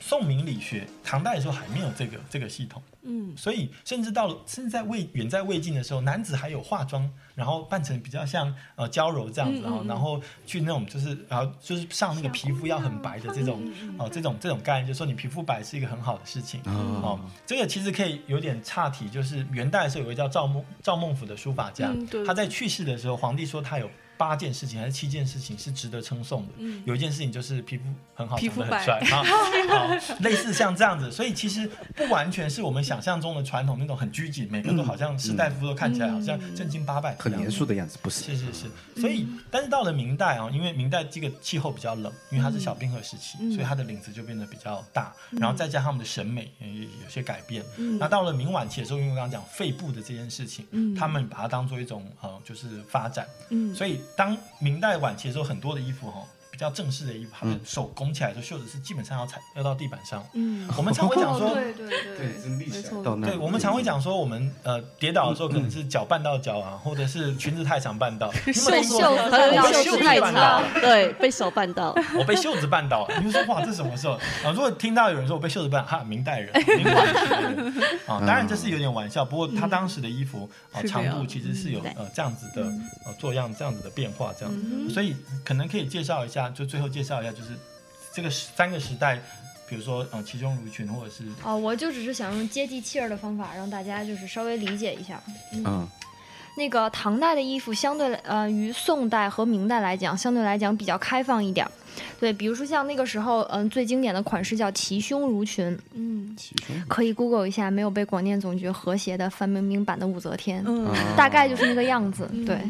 C: 宋明理学，唐代的时候还没有这个这个系统，
F: 嗯
C: 所以甚至到了甚至在魏远在魏晋的时候，男子还有化妆，然后扮成比较像呃娇柔这样子，然
F: 嗯嗯
C: 后
F: 嗯
C: 然后去那种就是然后就是上那个皮肤要很白的这种
E: 嗯
C: 哦、这种这种概念，就是说你皮肤白是一个很好的事情。哦
F: 嗯
A: 哦，，
C: 这个其实可以有点岔题，就是元代的时候有一个叫赵孟赵孟俯的书法家，
F: 嗯对
C: 他在去世的时候，皇帝说他有八件事情还是七件事情是值得称颂的，
F: 嗯
C: 有一件事情就是皮肤很好，
F: 皮肤
C: 长得很帅啊，好，类似像这样子，所以其实不完全是我们想象中的传统那种很拘谨，每个都好像士大夫都看起来好像
F: 嗯
C: 正经八百这
A: 很
C: 样，
A: 严肃的样子，不是
C: 是？是是，所以、但是到了明代啊、因为明代这个气候比较冷，因为它是小冰河时期，
F: 嗯
C: 所以它的领子就变得比较大，然后再加上我们的审美也也有些改变。
F: 嗯
C: 那到了明晚期的时候，因为我刚刚讲肺部的这件事情，
F: 嗯
C: 他们把它当做一种呃就是发展，
F: 嗯
C: 所以当明代晚期的时候，很多的衣服哈、比较正式的衣服，它们
A: 嗯
C: 手拱起来的时候，袖子是基本上要踩要到地板上。
F: 嗯
C: 我们常会讲说，
F: 对对对，
A: 真
F: 没错
A: 到那儿
C: 对，我们常会讲说，我们呃跌倒的时候可能是脚绊到脚啊，或者是裙子太长绊 到，你们
D: 被
C: 有
D: 袖
C: 做过
D: 子
E: 子
D: 还有
E: 被
D: 被
E: 袖
D: 袖
E: 子
D: 子太
E: 绊
D: 长
E: 到，
D: 对，被手绊到。
C: 我被袖子绊到了。你就说哇，这什么时候？啊，如果听到有人说我被袖子绊，哈，明代人，明晚期的人 啊，当然这是有点玩笑。不过他当时的衣服啊
F: 是这
C: 长
F: 样
C: 度其实是有
D: 嗯
C: 呃这样子的呃做样这样子的变化这样子，
F: 嗯
C: 所以可能可以介绍一下，就最后介绍一下，就是这个时三个时代，比如说呃其中如裙或者是
E: 哦，我就只是想用接地气儿的方法让大家就是稍微理解一下。
A: 嗯
E: 那个唐代的衣服相对来呃于宋代和明代来讲，相对来讲比较开放一点儿。对，比如说像那个时候，嗯、最经典的款式叫齐胸襦裙，
F: 嗯
A: 其中
E: 可以 Google 一下，没有被广电总局和谐的范冰冰版的武则天。
F: 嗯
D: 啊
E: 大概就是那个样子，
F: 嗯
E: 对。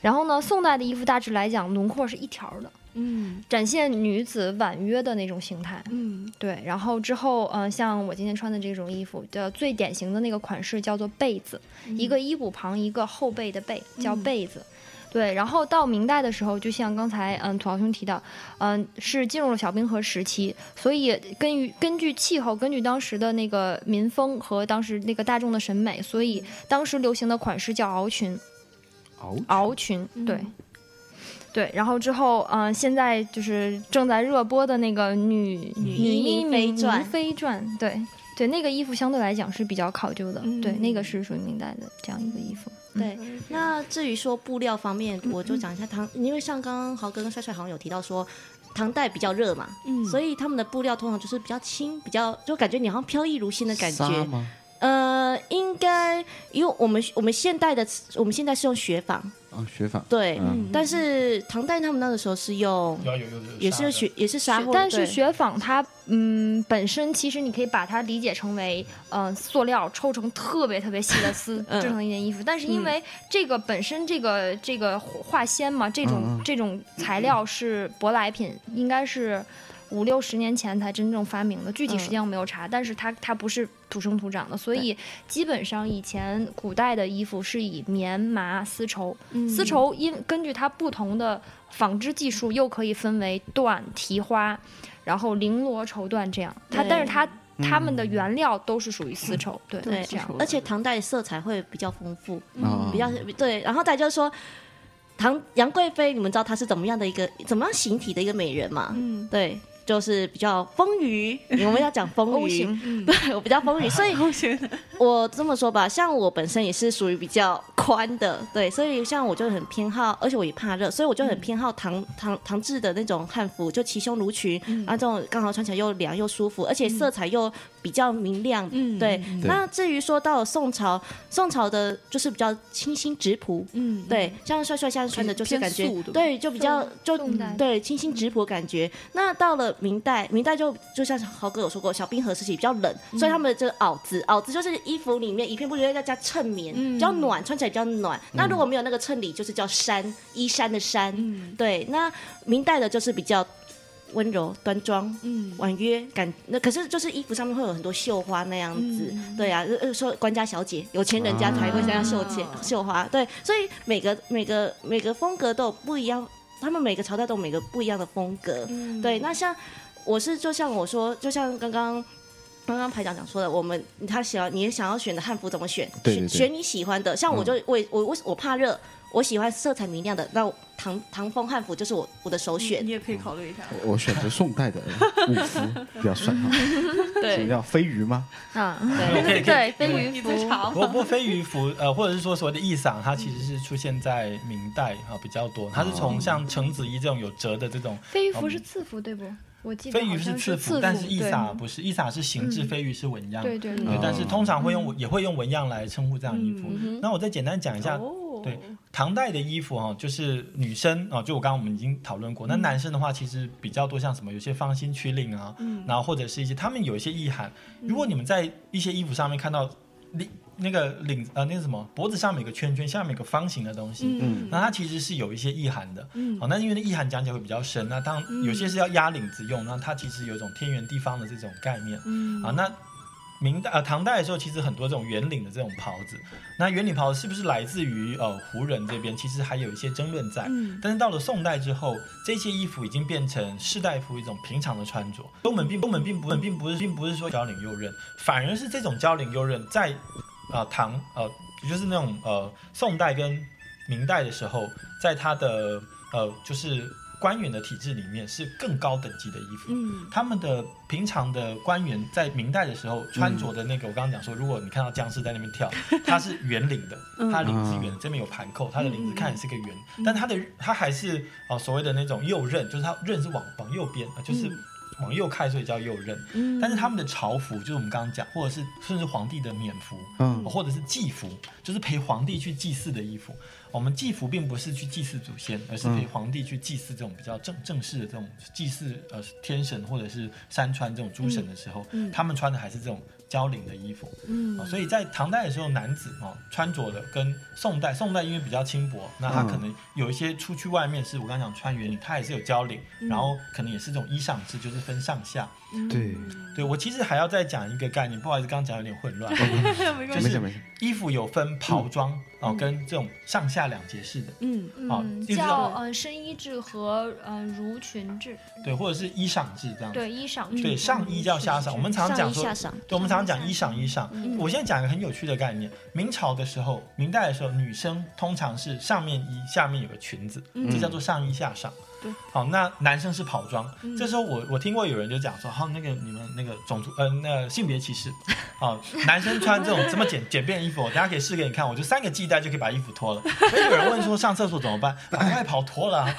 E: 然后呢，宋代的衣服大致来讲，轮廓是一条儿的，
F: 嗯
E: 展现女子婉约的那种形态。
F: 嗯
E: 对，然后之后，嗯、像我今天穿的这种衣服的最典型的那个款式叫做被子，一个衣补旁一个后背的背，叫
F: 嗯
E: 被子。对，然后到明代的时候，就像刚才嗯土豪兄提到，嗯是进入了小冰河时期，所以根据根据气候，根据当时的那个民风和当时那个大众的审美，所以当时流行的款式叫袄裙，
A: 熬
E: 袄裙，对。
F: 嗯
E: 对，然后之后，嗯、现在就是正在热播的那个女
D: 女
E: 女
D: 医
E: 医
D: 明妃
E: 明
D: 传
E: 妃传，对对，那个衣服相对来讲是比较考究的，对，那个
F: 嗯
E: 是属于明代的这样一个衣服。
D: 对，那至于说布料方面，我就讲一下唐，因为像刚刚豪哥跟帅帅好像有提到说，唐代比较热嘛，
F: 嗯
D: 所
F: 以
D: 以他们的布料通常就是比较轻，比较就感觉你好像飘逸如仙的感
A: 纱
D: 觉。
A: 吗？
D: 呃，应该因为我们我们现代的我们现在是用雪纺，
A: 啊，雪纺
D: 对，
A: 嗯
D: 但是唐代他们那个时候是用
C: 有啊有有有
D: 也
C: 纱
D: 是
C: 的
D: 雪也是纱
E: 是
D: 或者
E: 但是
D: 对
E: 雪纺它，嗯，本身其实你可以把它理解成为，嗯、塑料抽成特别特别细的丝
D: 嗯
E: 织成的一件衣服。但是因为这个本身这个这个化纤嘛，这种、
A: 嗯嗯
E: 这种材料是舶来品，应该是。五六十年前才真正发明的，
D: 嗯
E: 具体时间我没有查，但是它它不是土生土长的，所以基本上以前古代的衣服是以棉麻丝绸，丝绸因根据它不同的纺织技术，又可以分为缎、提花，然后绫罗绸缎这样。它
D: 对
E: 但是它
C: 嗯
E: 它们的原料都是属于丝绸，对，
D: 对
E: 这样，。
D: 而且唐代色彩会比较丰富，
A: 啊
D: 比较对。然后再就是说，唐杨贵妃，你们知道她是怎么样的一个怎么样形体的一个美人嘛？
F: 嗯
D: 对，就是比较丰腴，我们要讲丰
E: O
D: 腴，
E: 型，
D: 对我比较丰腴，所以
F: 后学
D: 我这么说吧，像我本身也是属于比较宽的，对，所以像我就很偏好，而且我也怕热，所以我就很偏好唐唐唐制的那种汉服，就齐胸襦裙，然后这种刚好穿起来又凉又舒服，而且色彩又比较明亮。
F: 嗯
D: 对，
A: 对
D: 那至于说到了宋朝，宋朝的就是比较清新直朴，
F: 嗯，
D: 对，像帅帅现在穿的就是
F: 偏
D: 感觉
F: 素对，吧
D: 对，就比较就
E: 宋代
D: 对清新直朴的感觉。那到了明代，明代就就像豪哥有说过，小冰河时期比较冷，所以
F: 嗯
D: 他们的这个袄子，袄子就是衣服里面一片布料，再加衬棉，
F: 嗯
D: 比较暖，穿起来比较暖。那如果没有那个衬里，就是叫衫，衣衫的衫。
F: 嗯
D: 对，那明代的就是比较温柔端庄，
F: 嗯，
D: 婉约感，那可是就是衣服上面会有很多绣花那样子，
A: 嗯
D: 对啊，呃说官家小姐，有钱人家才会这样绣钱、
F: 啊
D: 绣花，对，所以每个每个每个风格都有不一样，他们每个朝代都有每个不一样的风格，
A: 嗯
D: 对，那像我是就像我说，就像刚刚。刚刚排长讲说的，我们他想要你也想要选的汉服怎么选？
A: 对对对嗯
D: 选选你喜欢的。像我就我也我我我怕热，我喜欢色彩明亮的，那我唐唐风汉服就是我我的首选
F: 你。
E: 嗯
F: 也可以考虑一下。
A: 我我选择宋代的五服比较帅哈，什么
E: 对
A: 叫飞鱼吗？
E: 啊，
C: 可以可以
E: 对对，飞鱼
F: 你
E: 服
F: 最，长
C: 不过 不过飞鱼服，呃，或者是说所谓的义裳，它其实是出现在明代哈、比较多，它是
E: 哦
C: 从像程子衣这种有折的这种。
E: 飞鱼服是刺服对不？
C: 嗯
E: 我记得
C: 飞鱼
E: 好
C: 是
E: 像
C: 赐
E: 是
C: 服，
E: 服，
C: 但是义
E: 对
C: 裳不是，义裳是形制，
E: 嗯
C: 飞鱼是纹样。
E: 对嗯对
F: 嗯
C: 对，
E: 对，
C: 但是通常会用也会用纹样来称呼这样衣服。
D: 嗯哼
C: 那我再简单讲一下
F: 哦，
C: 对唐代的衣服哈、就是女生啊、就我刚刚我们已经讨论过。那男生的话，其实比较多像什么，有些芳心曲领啊，然后或者是一些他们有一些意涵。如果你们在一些衣服上面看到领那个领呃那个什么脖子上面有个圈圈，下面有个方形的东西，
F: 嗯
C: 那它其实是有一些意涵的。
F: 嗯
C: 哦好、那因为那意涵讲起来会比较深，那当有些是要压领子用，那它其实有一种天圆地方的这种概念。
F: 嗯
C: 啊，那明代呃唐代的时候，其实很多这种圆领的这种袍子，那圆领袍子是不是来自于呃胡人这边？其实还有一些争论在。
F: 嗯
C: 但是到了宋代之后，这些衣服已经变成士大夫一种平常的穿着。东门并东门并不并不是并不是说交领右衽，反而是这种交领右衽在呃唐呃也就是那种呃宋代跟明代的时候，呃在它的呃就是官员的体制里面是更高等级的衣服。
F: 嗯
C: 他们的平常的官员在明代的时候穿着的那个，我刚刚讲说，如果你看到僵尸在那边 跳，它是圆领的，
F: 嗯
C: 它领子圆，这边有盘扣，它的领子看起来是个圆，但它的它还是哦、呃所谓的那种右衽，就是它衽是往往右边，呃就是
F: 嗯
C: 往右开，所以叫右衽。
F: 嗯
C: 但是他们的朝服，就是我们刚刚讲，或者是甚至皇帝的冕服，
A: 嗯
C: 或者是祭服，就是陪皇帝去祭祀的衣服。我们祭服并不是去祭祀祖先，而是
A: 嗯
C: 陪皇帝去祭祀这种比较正正式的这种祭祀呃天神或者是山川这种诸神的时候，他们穿的还是这种交领的衣服。
F: 嗯
C: 啊，所以在唐代的时候，男子哦穿着的跟宋代，宋代因为比较轻薄，那他
A: 嗯
C: 可能有一些出去外面是我刚讲穿圆领，他也是有交领，
F: 嗯
C: 然后可能也是这种衣裳制，就是分上下。
A: 对，
C: 对我其实还要再讲一个概念，不好意思，刚刚讲有点混乱。
A: 没
C: 就
F: 没关系，
A: 事
C: 是
A: 没事，
C: 衣服有分袍装哦、跟这种上下两节式的，
F: 嗯
C: 啊
E: 嗯，
C: 就是
E: 叫呃深衣制和呃襦裙制，
C: 对，或者是衣裳制这样子。
E: 对衣裳
F: 嗯
E: 制，
C: 对，上衣叫下裳，我们常常
D: 上
C: 讲
D: 衣
C: 说
D: 下，裳，
C: 对，我们常常讲衣裳衣裳。
E: 嗯
C: 我现在讲一个很有趣的概念，明朝的时候，明代的时候，女生通常是上面衣，下面有个裙子，这叫做上衣下裳。
F: 对，
C: 好，那男生是袍装。这时候我我听过有人就讲说，好、那个你们那个种族，呃，那性别歧视，哦，男生穿这种这么简简便的衣服，我等下可以试给你看，我就三个系带就可以把衣服脱了。所以有人问说上厕所怎么办？ 把外袍脱了、啊，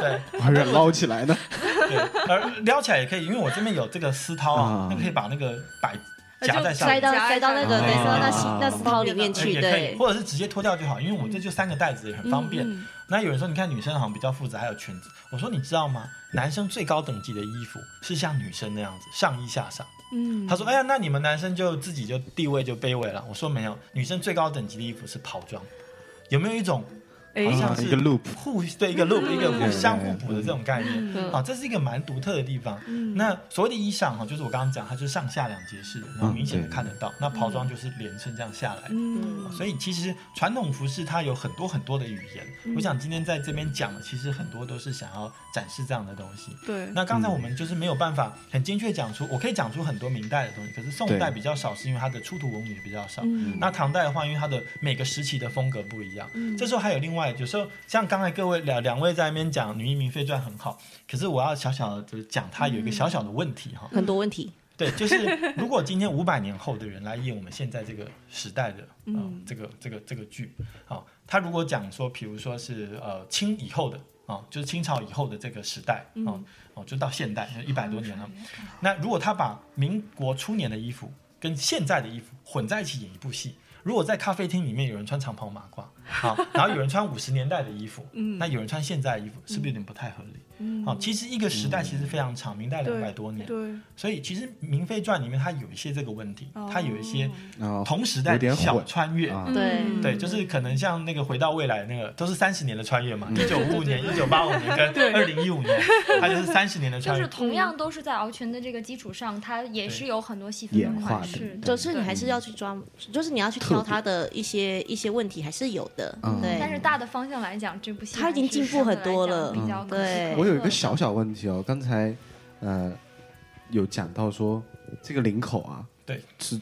C: 对，
A: 我还想捞起 来呢。
C: 对，而撩起来也可以，因为我这边有这个丝掏啊
A: 啊，
C: 那可以把那个摆
F: 那
C: 夹
F: 就
C: 在上
D: 塞
C: 面。
D: 到
F: 夹一
D: 塞到
F: 下
D: 那
C: 哦
D: 个对，塞到那
A: 啊
D: 西那丝绦里面
F: 呃
C: 哎
D: 去，
C: 也可以，
D: 对，
C: 或者是直接脱掉就好，因为我这就三个袋子也很方便。
F: 嗯
C: 那有人说，你看女生好像比较复杂，还有裙子。我说你知道吗？男生最高等级的衣服是像女生那样子，上衣下裳。
F: 嗯，
C: 他说，哎呀，那你们男生就自己就地位就卑微了。我说没有，女生最高等级的衣服是袍装。有没有一种
F: 哎
C: 好像
A: 啊
C: 是
A: 一个 loop
C: 互对一个 loop 一个互
A: 嗯
C: 相互补的这种概念？
D: 嗯
C: 啊，这是一个蛮独特的地方。
F: 嗯
C: 那所谓的衣裳哈，就是我刚刚讲，它就是上下两节式的，然后明显的
A: 嗯
C: 看得到。那袍装就是连身这样下来。
F: 嗯
C: 所以其实传统服饰它有很多很多的语言，
A: 嗯
C: 我想今天在这边讲的，其实很多都是想要展示这样的东西。
A: 嗯
F: 对，
C: 那刚才我们就是没有办法很精确讲出，我可以讲出很多明代的东西，可是宋代
A: 对
C: 比较少，是因为它的出土文物也比较少。
F: 嗯
C: 那唐代的话，因为它的每个时期的风格不一样，这时候还有另外，有时候像刚才各位两两位在那边讲《女医明妃传》很好，可是我要小小的讲它有一个小小的问题哈，
D: 很多问题。
C: 对，就是如果今天五百年后的人来演我们现在这个时代的，嗯，
F: 嗯
C: 这个这个这个剧，好、他如果讲说，比如说是呃清以后的啊、就是清朝以后的这个时代啊，
F: 嗯
C: 哦、就到现代一百多年
F: 哦
C: 了。
F: 啊
C: 那如果他把民国初年的衣服跟现在的衣服混在一起演一部戏，如果在咖啡厅里面有人穿长袍马褂，好，然后有人穿五十年代的衣服，
F: 嗯
C: 那有人穿现在的衣服，是不是有点不太合理？
F: 嗯
C: 好，其实一个时代其实非常长，明代两百多年，
F: 对，
C: 所以其实《明妃传》里面它有一些这个问题，
E: 哦
C: 它有一些
A: 啊，
C: 同时代
A: 有点
C: 的小
A: 混
C: 穿越。
A: 啊
D: 对
F: 嗯
C: 对，就是可能像那个回到未来那个，都是三十年的穿越嘛，一
A: 对
C: 九五五年、一九八五 年跟二零一五年，它就是三十年的
E: 就
C: 穿
E: 是
C: 越。
E: 同样都是在敖群的这个基础上，它也是有很多细分
A: 演
E: 的
A: 化
E: 款
A: 的
E: 式。
A: 对
D: 就是你还是要去抓，就是你要去挑他的一些一些问题，还是有的。
A: 嗯
D: 对，
E: 但是大的方向来讲，这部戏
D: 它已经
E: 还是
D: 进步很多了
E: 相对来讲比较可喜可
D: 对嗯
E: 贺
A: 我有一个小小问题哦，刚才呃有讲到说这个领口啊，
C: 对，
A: 是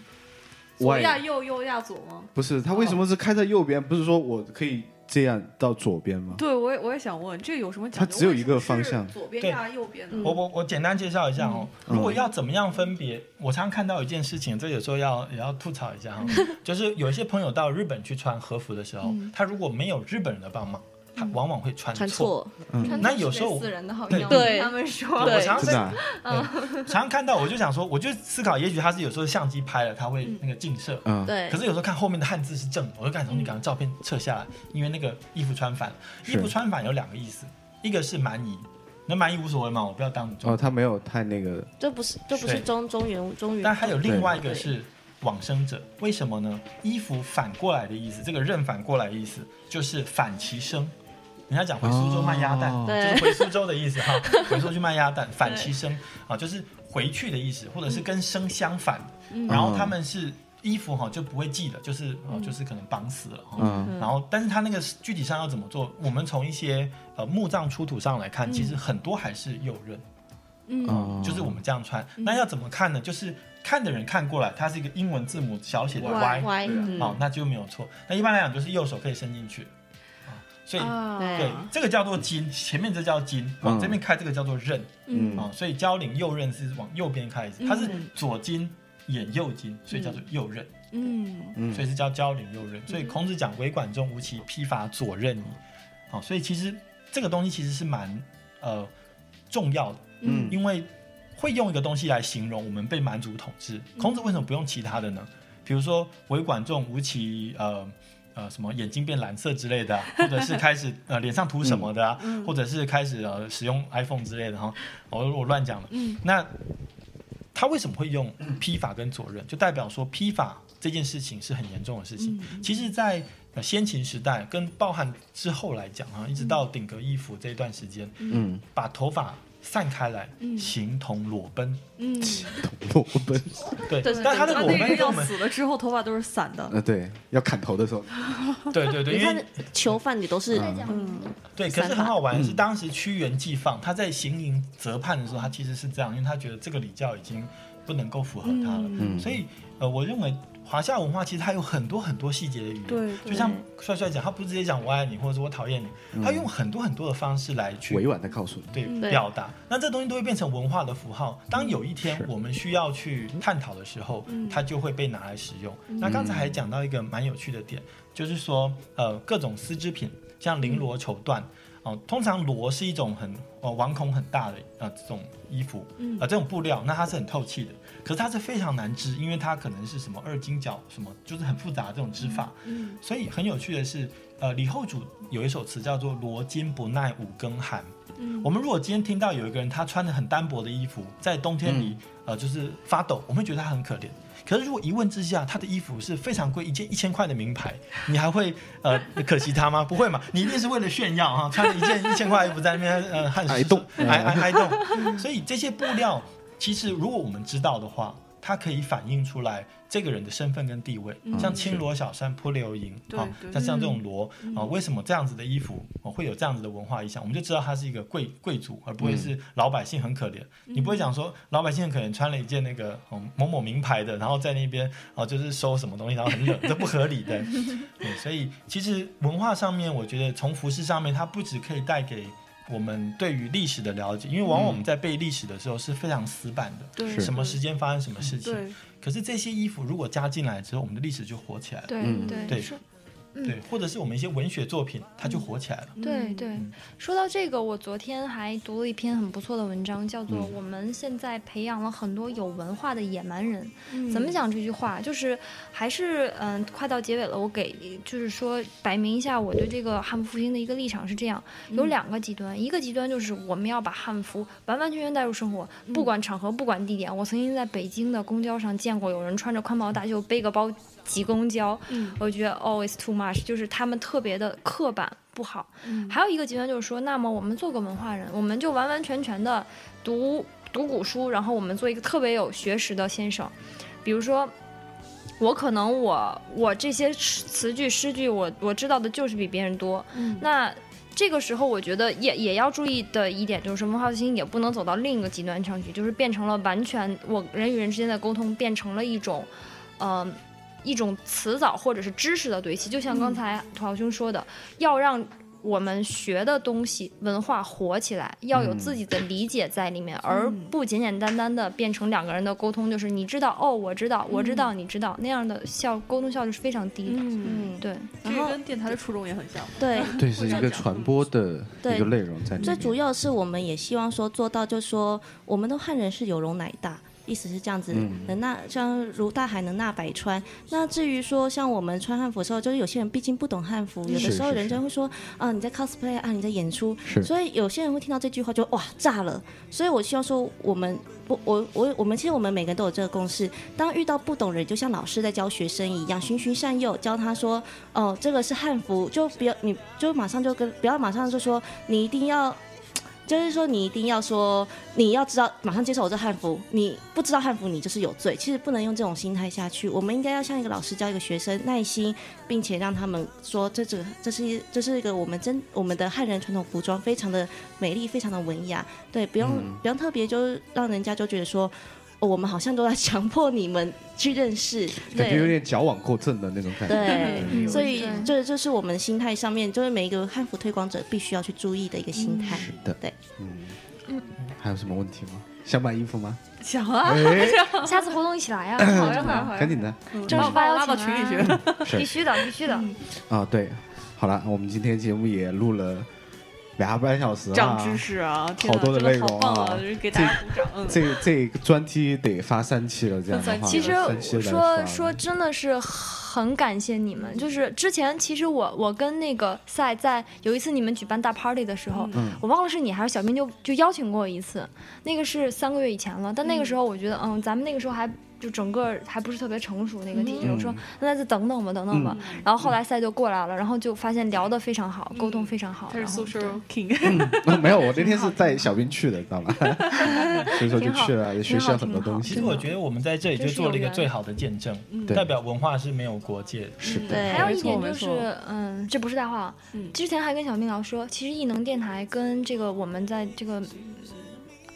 F: 左
A: 外
F: 压右，右压左吗？
A: 不是
D: 哦
A: 它为什么是开在右边？不是说我可以这样到左边吗？
F: 对，我也我也想问，这个有什么讲究？
A: 它只有一个方向
F: 为什么是左边
C: 对
F: 压右边呢？
C: 我我我简单介绍一下哦，
A: 嗯
C: 如果要怎么样分别，我常常看到一件事情，这有时候要也要吐槽一下哈、
E: 嗯
C: 就是有一些朋友到日本去穿和服的时候，他如果没有日本人的帮忙，他
E: 嗯
C: 往往会穿
D: 穿错，
C: 嗯
E: 穿
C: 那
E: 的是
C: 有时候
E: 得
C: 我
E: 死人的好
C: 对
E: 像
D: 对
E: 他们说
C: 我
D: 对
C: 常常
A: 真
C: 在
A: 的啊
C: 对常常看到，我就想说，我就思考，也许他是有时候相机拍了，他会那个近摄。
A: 嗯，
D: 对
C: 可，是有时候看后面的汉字是正的，我就赶紧从你刚刚照片撤下来，因为那个衣服穿反了。
A: 是
C: 衣服穿反有两个意思，一个是蛮夷，那蛮夷无所谓嘛，我不要当中。
A: 哦，它没有太那个
D: 这不是这不是
C: 对
D: 中中原中原，
C: 但还有另外一个是往生者，为什么呢？衣服反过来的意思，这个刃反过来的意思就是反其生。人家讲回苏州卖鸭蛋，
B: 哦
C: 就
D: 对
C: 是回苏州的意思哈，回苏去卖鸭蛋，反其生啊，就是回去的意思，或者是跟生相反。然后他们是衣服哈就不会系了，就是哦就是可能绑死了哈。
A: 嗯
C: 然后，但是他那个具体上要怎么做？我们从一些呃墓葬出土上来看，其实很多还是右刃，
A: 嗯
C: 就是我们这样穿。那要怎么看呢？就是看的人看过来，它是一个英文字母小写的 Y，,
D: 歪，嗯
C: 哦，那就没有错。那一般来讲就是右手可以伸进去，啊所
D: 哦
C: 以、
F: 啊，
C: 对
D: 对
C: 这个叫做筋，前面这叫筋，往
A: 嗯
C: 这边开这个叫做刃，
A: 嗯
C: 啊、所以交领右刃是往右边开，它是
D: 嗯
C: 左筋眼右筋，所以叫做右刃。
F: 嗯，
A: 嗯
C: 所以是叫交领右刃。所以孔子讲“唯管仲，无其披发左衽矣”。好，所以其实这个东西其实是蛮呃重要的，
A: 嗯
C: 因为会用一个东西来形容我们被蛮族统治。
A: 嗯
C: 孔子为什么不用其他的呢？比如说“唯管仲，无其呃呃什么眼睛变蓝色之类 的啊、或者是开始呃脸上涂什么的、啊，
A: 嗯
C: 或者是开始呃使用 iPhone 之类的哈、我我乱讲了。
A: 嗯
C: 那他为什么会用
D: 嗯
C: 批法跟左衽？就代表说批法这件事情是很严重的事情。
D: 嗯
C: 其实在，呃先秦时代跟抱憾之后来讲啊，一
D: 嗯
C: 直到顶格一服这一段时间，
A: 嗯，
C: 把头发散开来，
D: 嗯
C: 形同裸奔。
A: 裸奔
C: 对，
D: 对对
C: 但他的
F: 啊那
C: 裸
F: 那个
C: 奔跟
F: 要
C: 我们
F: 死了之后头发都是散的，
A: 啊， 对，要砍头的时候，
C: 对对对，
D: 你
C: 因
D: 看
C: 为嗯
D: 囚犯也都是
E: 在讲
C: 对，可是
D: 散
C: 很
D: 发嗯
C: 好玩，是当时屈原季放，他在行营责判的时候，他其实是这样，因为他觉得这个礼教已经不能够符合他了。
A: 嗯
C: 所以呃，我认为华夏文化其实它有很多很多细节的语言，
F: 对
C: 就像帅帅讲，他不是直接讲我爱你或者说我讨厌你，他用很多很多的方式来去
A: 委婉的告诉你，
C: 对
D: 对
C: 表达，那这东西都会变成文化的符号。当有一天
A: 是
C: 我们需要去探讨的时候，它就会被拿来使用。那刚才还讲到一个蛮有趣的点，就是说，呃，各种丝织品，像绫罗绸缎，哦、通常罗是一种很呃网孔很大的呃这种衣服，啊、这种布料，那它是很透气的，可是它是非常难织，因为它可能是什么二荆角什么，就是很复杂的这种织法。所以很有趣的是，呃，李后主有一首词叫做“罗巾不耐五更寒”。我们如果今天听到有一个人他穿的很单薄的衣服，在冬天里、呃就是发抖，我们会觉得他很可怜。可是如果一问之下，他的衣服是非常贵，一件一千块的名牌，你还会呃可惜他吗？不会嘛，你一定是为了炫耀啊，穿着一件一千块的衣服在那边呃汗
A: 挨
C: 湿
A: 冻
C: 挨挨挨冻。所以这些布料，其实如果我们知道的话。它可以反映出来这个人的身份跟地位，像青罗小扇扑流萤
F: 嗯对
C: 啊，
F: 对嗯
C: 像像这种罗啊，为什么这样子的衣服哦会有这样子的文化意象？我们就知道他是一个贵贵族，而不会
F: 嗯
C: 是老百姓很可怜。你不会讲说老百姓很可怜，穿了一件那个哦某某名牌的，然后在那边哦就是收什么东西，然后很冷， 这不合理 的。对，所以其实文化上面，我觉得从服饰上面，它不只可以带给我们对于历史的了解，因为往往我们在背历史的时候是非常死板的，
F: 对
A: 是
C: 什么时间发生什么事情。
F: 对
C: 可是这些衣服如果加进来之后，我们的历史就火起来了。
E: 对
A: 嗯
E: 对
C: 对
E: 是
C: 对，或者是我们一些文学作品，它就火起来了。
E: 对对
C: 嗯，
E: 说到这个，我昨天还读了一篇很不错的文章，叫做
A: 嗯
E: 《我们现在培养了很多有文化的野蛮人》。
F: 嗯
E: 怎么讲这句话？就是还是嗯、快到结尾了，我给就是说摆明一下我对这个汉服复兴的一个立场是这样：有
F: 嗯
E: 两个极端，一个极端就是我们要把汉服完完全全带入生活，
F: 嗯
E: 不管场合，不管地点。我曾经在北京的公交上见过有人穿着宽袍大袖背个包挤公交，
F: 嗯
E: 我觉得 always too much，就是他们特别的刻板不好。
F: 嗯
E: 还有一个极端就是说，那么我们做个文化人，我们就完完全全的读读古书，然后我们做一个特别有学识的先生，比如说。我可能我我这些诗词句诗句我我知道的就是比别人多，
F: 嗯
E: 那这个时候我觉得也也要注意的一点就是文化复兴也不能走到另一个极端上去，就是变成了完全我人与人之间的沟通变成了一种，嗯、一种词藻或者是知识的堆砌，就像刚才土豪兄说的，要让我们学的东西文化火起来，要有自己的理解在里面，而不简简单单的变成两个人的沟通，就是你知道哦，我知道，我知道，你知道那样的效沟通效率是非常低的。
F: 嗯，
D: 嗯，
E: 对，
F: 这个跟电台的初衷也很像嘛。
D: 对，
A: 对，是一个传播的
D: 对
A: 一个内容在里面。
D: 最主要是我们也希望说做到，就说我们的汉人是有容乃大，意思是这样子，
A: 嗯
D: 能纳像如大海能纳百川。那至于说像我们穿汉服的时候，就是有些人毕竟不懂汉服，有的
A: 是
D: 时候
A: 是
D: 人
A: 是
D: 家会说啊你在 cosplay 啊你在演出，
A: 是
D: 所以有些人会听到这句话就哇炸了。所以我希望说我们不我我我们其实我们每个人都有这个共识，当遇到不懂人，就像老师在教学生一样，循循善诱，教他说哦这个是汉服，就不要你就马上就跟不要马上就说你一定要。就是说，你一定要说，你要知道，马上接受我这汉服。你不知道汉服，你就是有罪。其实不能用这种心态下去，我们应该要像一个老师教一个学生，耐心，并且让他们说，这这这是一这是一个我们真我们的汉人传统服装，非常的美丽，非常的文雅。对，不用、不用特别就是让人家就觉得说。哦我们好像都在强迫你们去认识，
A: 感觉有
D: 对
A: 点矫枉过正的那种感觉。
D: 对，
A: 嗯
D: 所以
E: 对
D: 这这是我们心态上面，就是每一个汉服推广者必须要去注意的一个心态。
A: 是的，
D: 对，
A: 嗯，还有什么问题吗？想买衣服吗？
F: 想啊，
A: 哎，
E: 下次活动一起来啊 呀、
F: 好呀好呀好呀
A: 赶，紧的
E: 正
F: 把
E: 好
F: 我拉
E: 邀
F: 到
E: 请
F: 群里
E: 啊
F: 去。
A: 是
E: 必须的，必须的。
A: 啊！对，好了，我们今天节目也录了俩半小时啊，
F: 长知识啊，天
A: 好
F: 哪
A: 多的
F: 真的
A: 内容
F: 好棒
A: 啊
F: 啊，就是给大家鼓掌。嗯，
A: 这这个专题得发三期了，这样的话，
E: 其实
A: 三期
E: 我
A: 来
E: 说
A: 发
E: 说真的是很感谢你们，就是之前其实我我跟那个赛在有一次你们举办大 party 的时候，
A: 嗯
E: 我忘了是你还是小编就就邀请过我一次，那个是三个月以前了，但那个时候我觉得嗯咱们那个时候还。就整个还不是特别成熟那个体制，
A: 嗯
E: 我说那再等等吧，等等吧。
F: 嗯
E: 然后后来赛就过来了，然后就发现聊得非常好，沟通非常好，
F: 他是
E: 然后
F: social king，
A: 没有，我那天是带小兵去的，知 道吗？所以说就去了，也学习了很多东
C: 其
A: 西
C: 实。我觉得我们在这里就做了一
E: 真是有
C: 个
E: 缘
C: 最好的见证，
A: 嗯对
C: 代表文化是没有国界的。
A: 是的，
D: 对
E: 还有
F: 嗯没
E: 一
F: 错
E: 点
F: 没
E: 就
F: 错
E: 是，嗯，这不是大话啊。
F: 嗯
E: 之前还跟小明聊说，其实异能电台跟这个我们在这个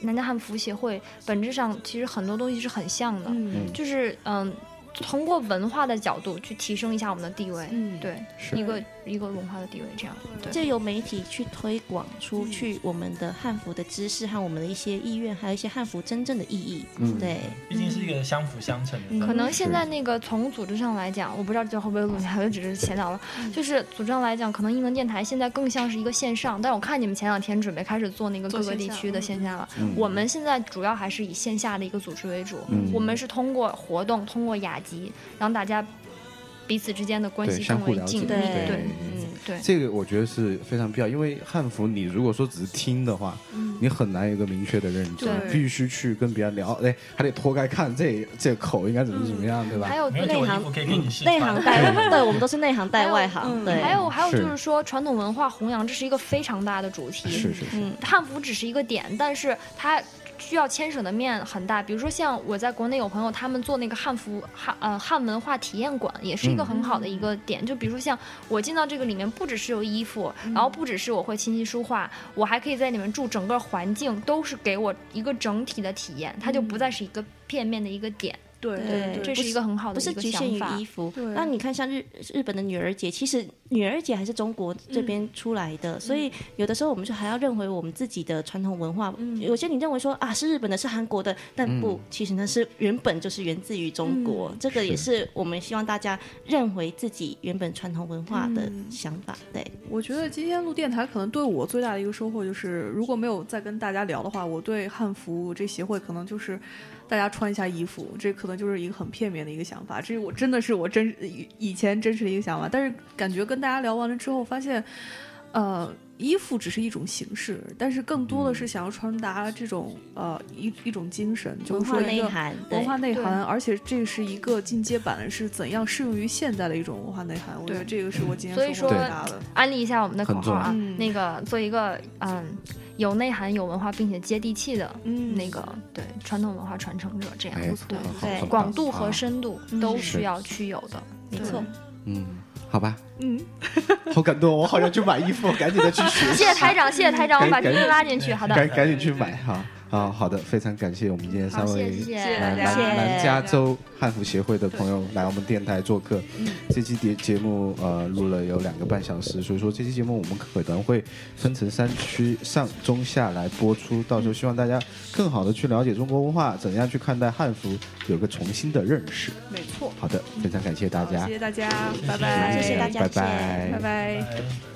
E: 南加汉服协会本质上其实很多东西是很像的，
F: 嗯
E: 就是嗯，通过文化的角度去提升一下我们的地位，
F: 嗯，
E: 对，
A: 是
E: 一个一个文化的地位这样。对
D: 借由媒体去推广出去我们的汉服的知识和我们的一些意愿，还有一些汉服真正的意义。
A: 嗯
D: 对，
C: 毕竟是一个相辅相成的。
E: 嗯可能
A: 是
E: 现在那个从组织上来讲，我不知道这会不会录下来，我就只是闲聊了。
A: 嗯
E: 就是组织上来讲，可能异能电台现在更像是一个线上，但我看你们前两天准备开始做那个
F: 做
E: 各个
F: 线
E: 地
F: 下
E: 区的
F: 嗯
E: 线下了。
A: 嗯
E: 我们现在主要还是以线下的一个组织为主，
A: 嗯
E: 我们是通过活动，通过雅集，让大家彼此之间的关
A: 对
E: 系
A: 相
E: 更
A: 互
E: 为
A: 了解
E: 紧密。，
D: 对
E: 对
D: 嗯，
E: 对
A: 这个我觉得是非常必要，因为汉服你如果说只是听的话，
E: 嗯
A: 你很难有一个明确的认知，
F: 对
A: 必须去跟别人聊，哎，还得脱开看这这口应该怎么怎么样，对吧
E: 还？有
C: 没有
E: 内
C: 这种
D: 内行
C: 衣服可以给你试
D: 内
C: 穿
D: 行带 外， 对我们都是内行带外行。
F: 嗯
D: 对，
E: 还有还有
A: 是
E: 就是说，传统文化弘扬这是一个非常大的主题。
A: 是是是，
D: 嗯，
E: 汉服只是一个点，但是它需要牵扯的面很大。比如说，像我在国内有朋友，他们做那个汉服汉呃汉文化体验馆，也是一个
A: 嗯
E: 很好的一个点。就比如说，像我进到这个里面，不只是有衣服，
D: 嗯
E: 然后不只是我会琴棋书画，我还可以在里面住，整个环境都是给我一个整体的体验，它就不再是一个片面的一个点。
F: 对
D: 对
E: 这
F: 对，
E: 是一个很好
D: 嗯呃不
E: 的
D: 是
E: 一个
D: 局限
E: 想
D: 于
E: 法
D: 衣。服
F: 对。
D: 那你看，像日日本的女儿节，其实女儿节还是中国这边出来的，所以有的时候我们就还要认回我们自己的传统文化。
G: 嗯
D: 有些你认为说啊是日本的，是韩国的，但不，其实那是原本就是源自于中国。这个也是我们希望大家认回自己原本传统文化的
F: 嗯
D: 想法。对，
F: 我觉得今天录电台可能对我最大的一个收获就是，如果没有再跟大家聊的话，我对汉服这协会可能就是大家穿一下衣服，这可能就是一个很片面的一个想法。这我真的是我真以以前真实的一个想法，但是感觉跟大家聊完了之后，发现，呃，衣服只是一种形式，但是更多的是想要传达这种呃一一种精神，就
D: 文
F: 是
D: 化
F: 说一
D: 内
F: 个
D: 涵，对
F: 文化内
E: 对
F: 涵，而且这是一个进阶版，是怎样适用于现在的一种文化内涵。我觉得
E: 对
F: 这个是我今
E: 所以
F: 天收获
A: 说
F: 最大的。
E: 安利一下我们的口
A: 很
E: 号
A: 重要
E: 啊，
F: 嗯
E: 那个做一个嗯有内涵、有文化并且接地气的
F: 嗯
E: 那个对传统文化传承者，这样
A: 哎
E: 嗯不错。
A: 很好
D: 对
A: 很
E: 广
A: 棒
E: 度和
A: 啊
E: 深度
F: 嗯
E: 都
F: 是
E: 需要去有的，没
F: 对
E: 错。
A: 嗯，好吧，
F: 嗯，
A: 好感动，哦我好想去买衣服，赶紧的去学习
E: 谢谢台长，谢谢台长，我把
A: 赶
E: 听
A: 紧
E: 众拉进去。 好的，
A: 赶赶紧去买哈啊！好的，非常感谢我们今天
E: 好，
A: 三
E: 谢
A: 位
E: 谢谢
F: 谢谢
E: 谢。
A: 呃
F: 大家
A: 南
D: 谢谢
A: 南加州汉服协会的朋友来我们电台做客。这期节节目呃录了有两个半小时，所以说这期节目我们可能会分成三区上中下来播出，到时候希望大家更好的去了解中国文化，怎样去看待汉服，有个重新的认识。
F: 没错。
A: 好的，非常感谢大
F: 好
A: 家
F: 谢，谢大家，拜
C: 谢
F: 拜，
D: 谢谢大家
A: 拜
D: 谢谢
A: 拜
F: 拜。拜。
C: 拜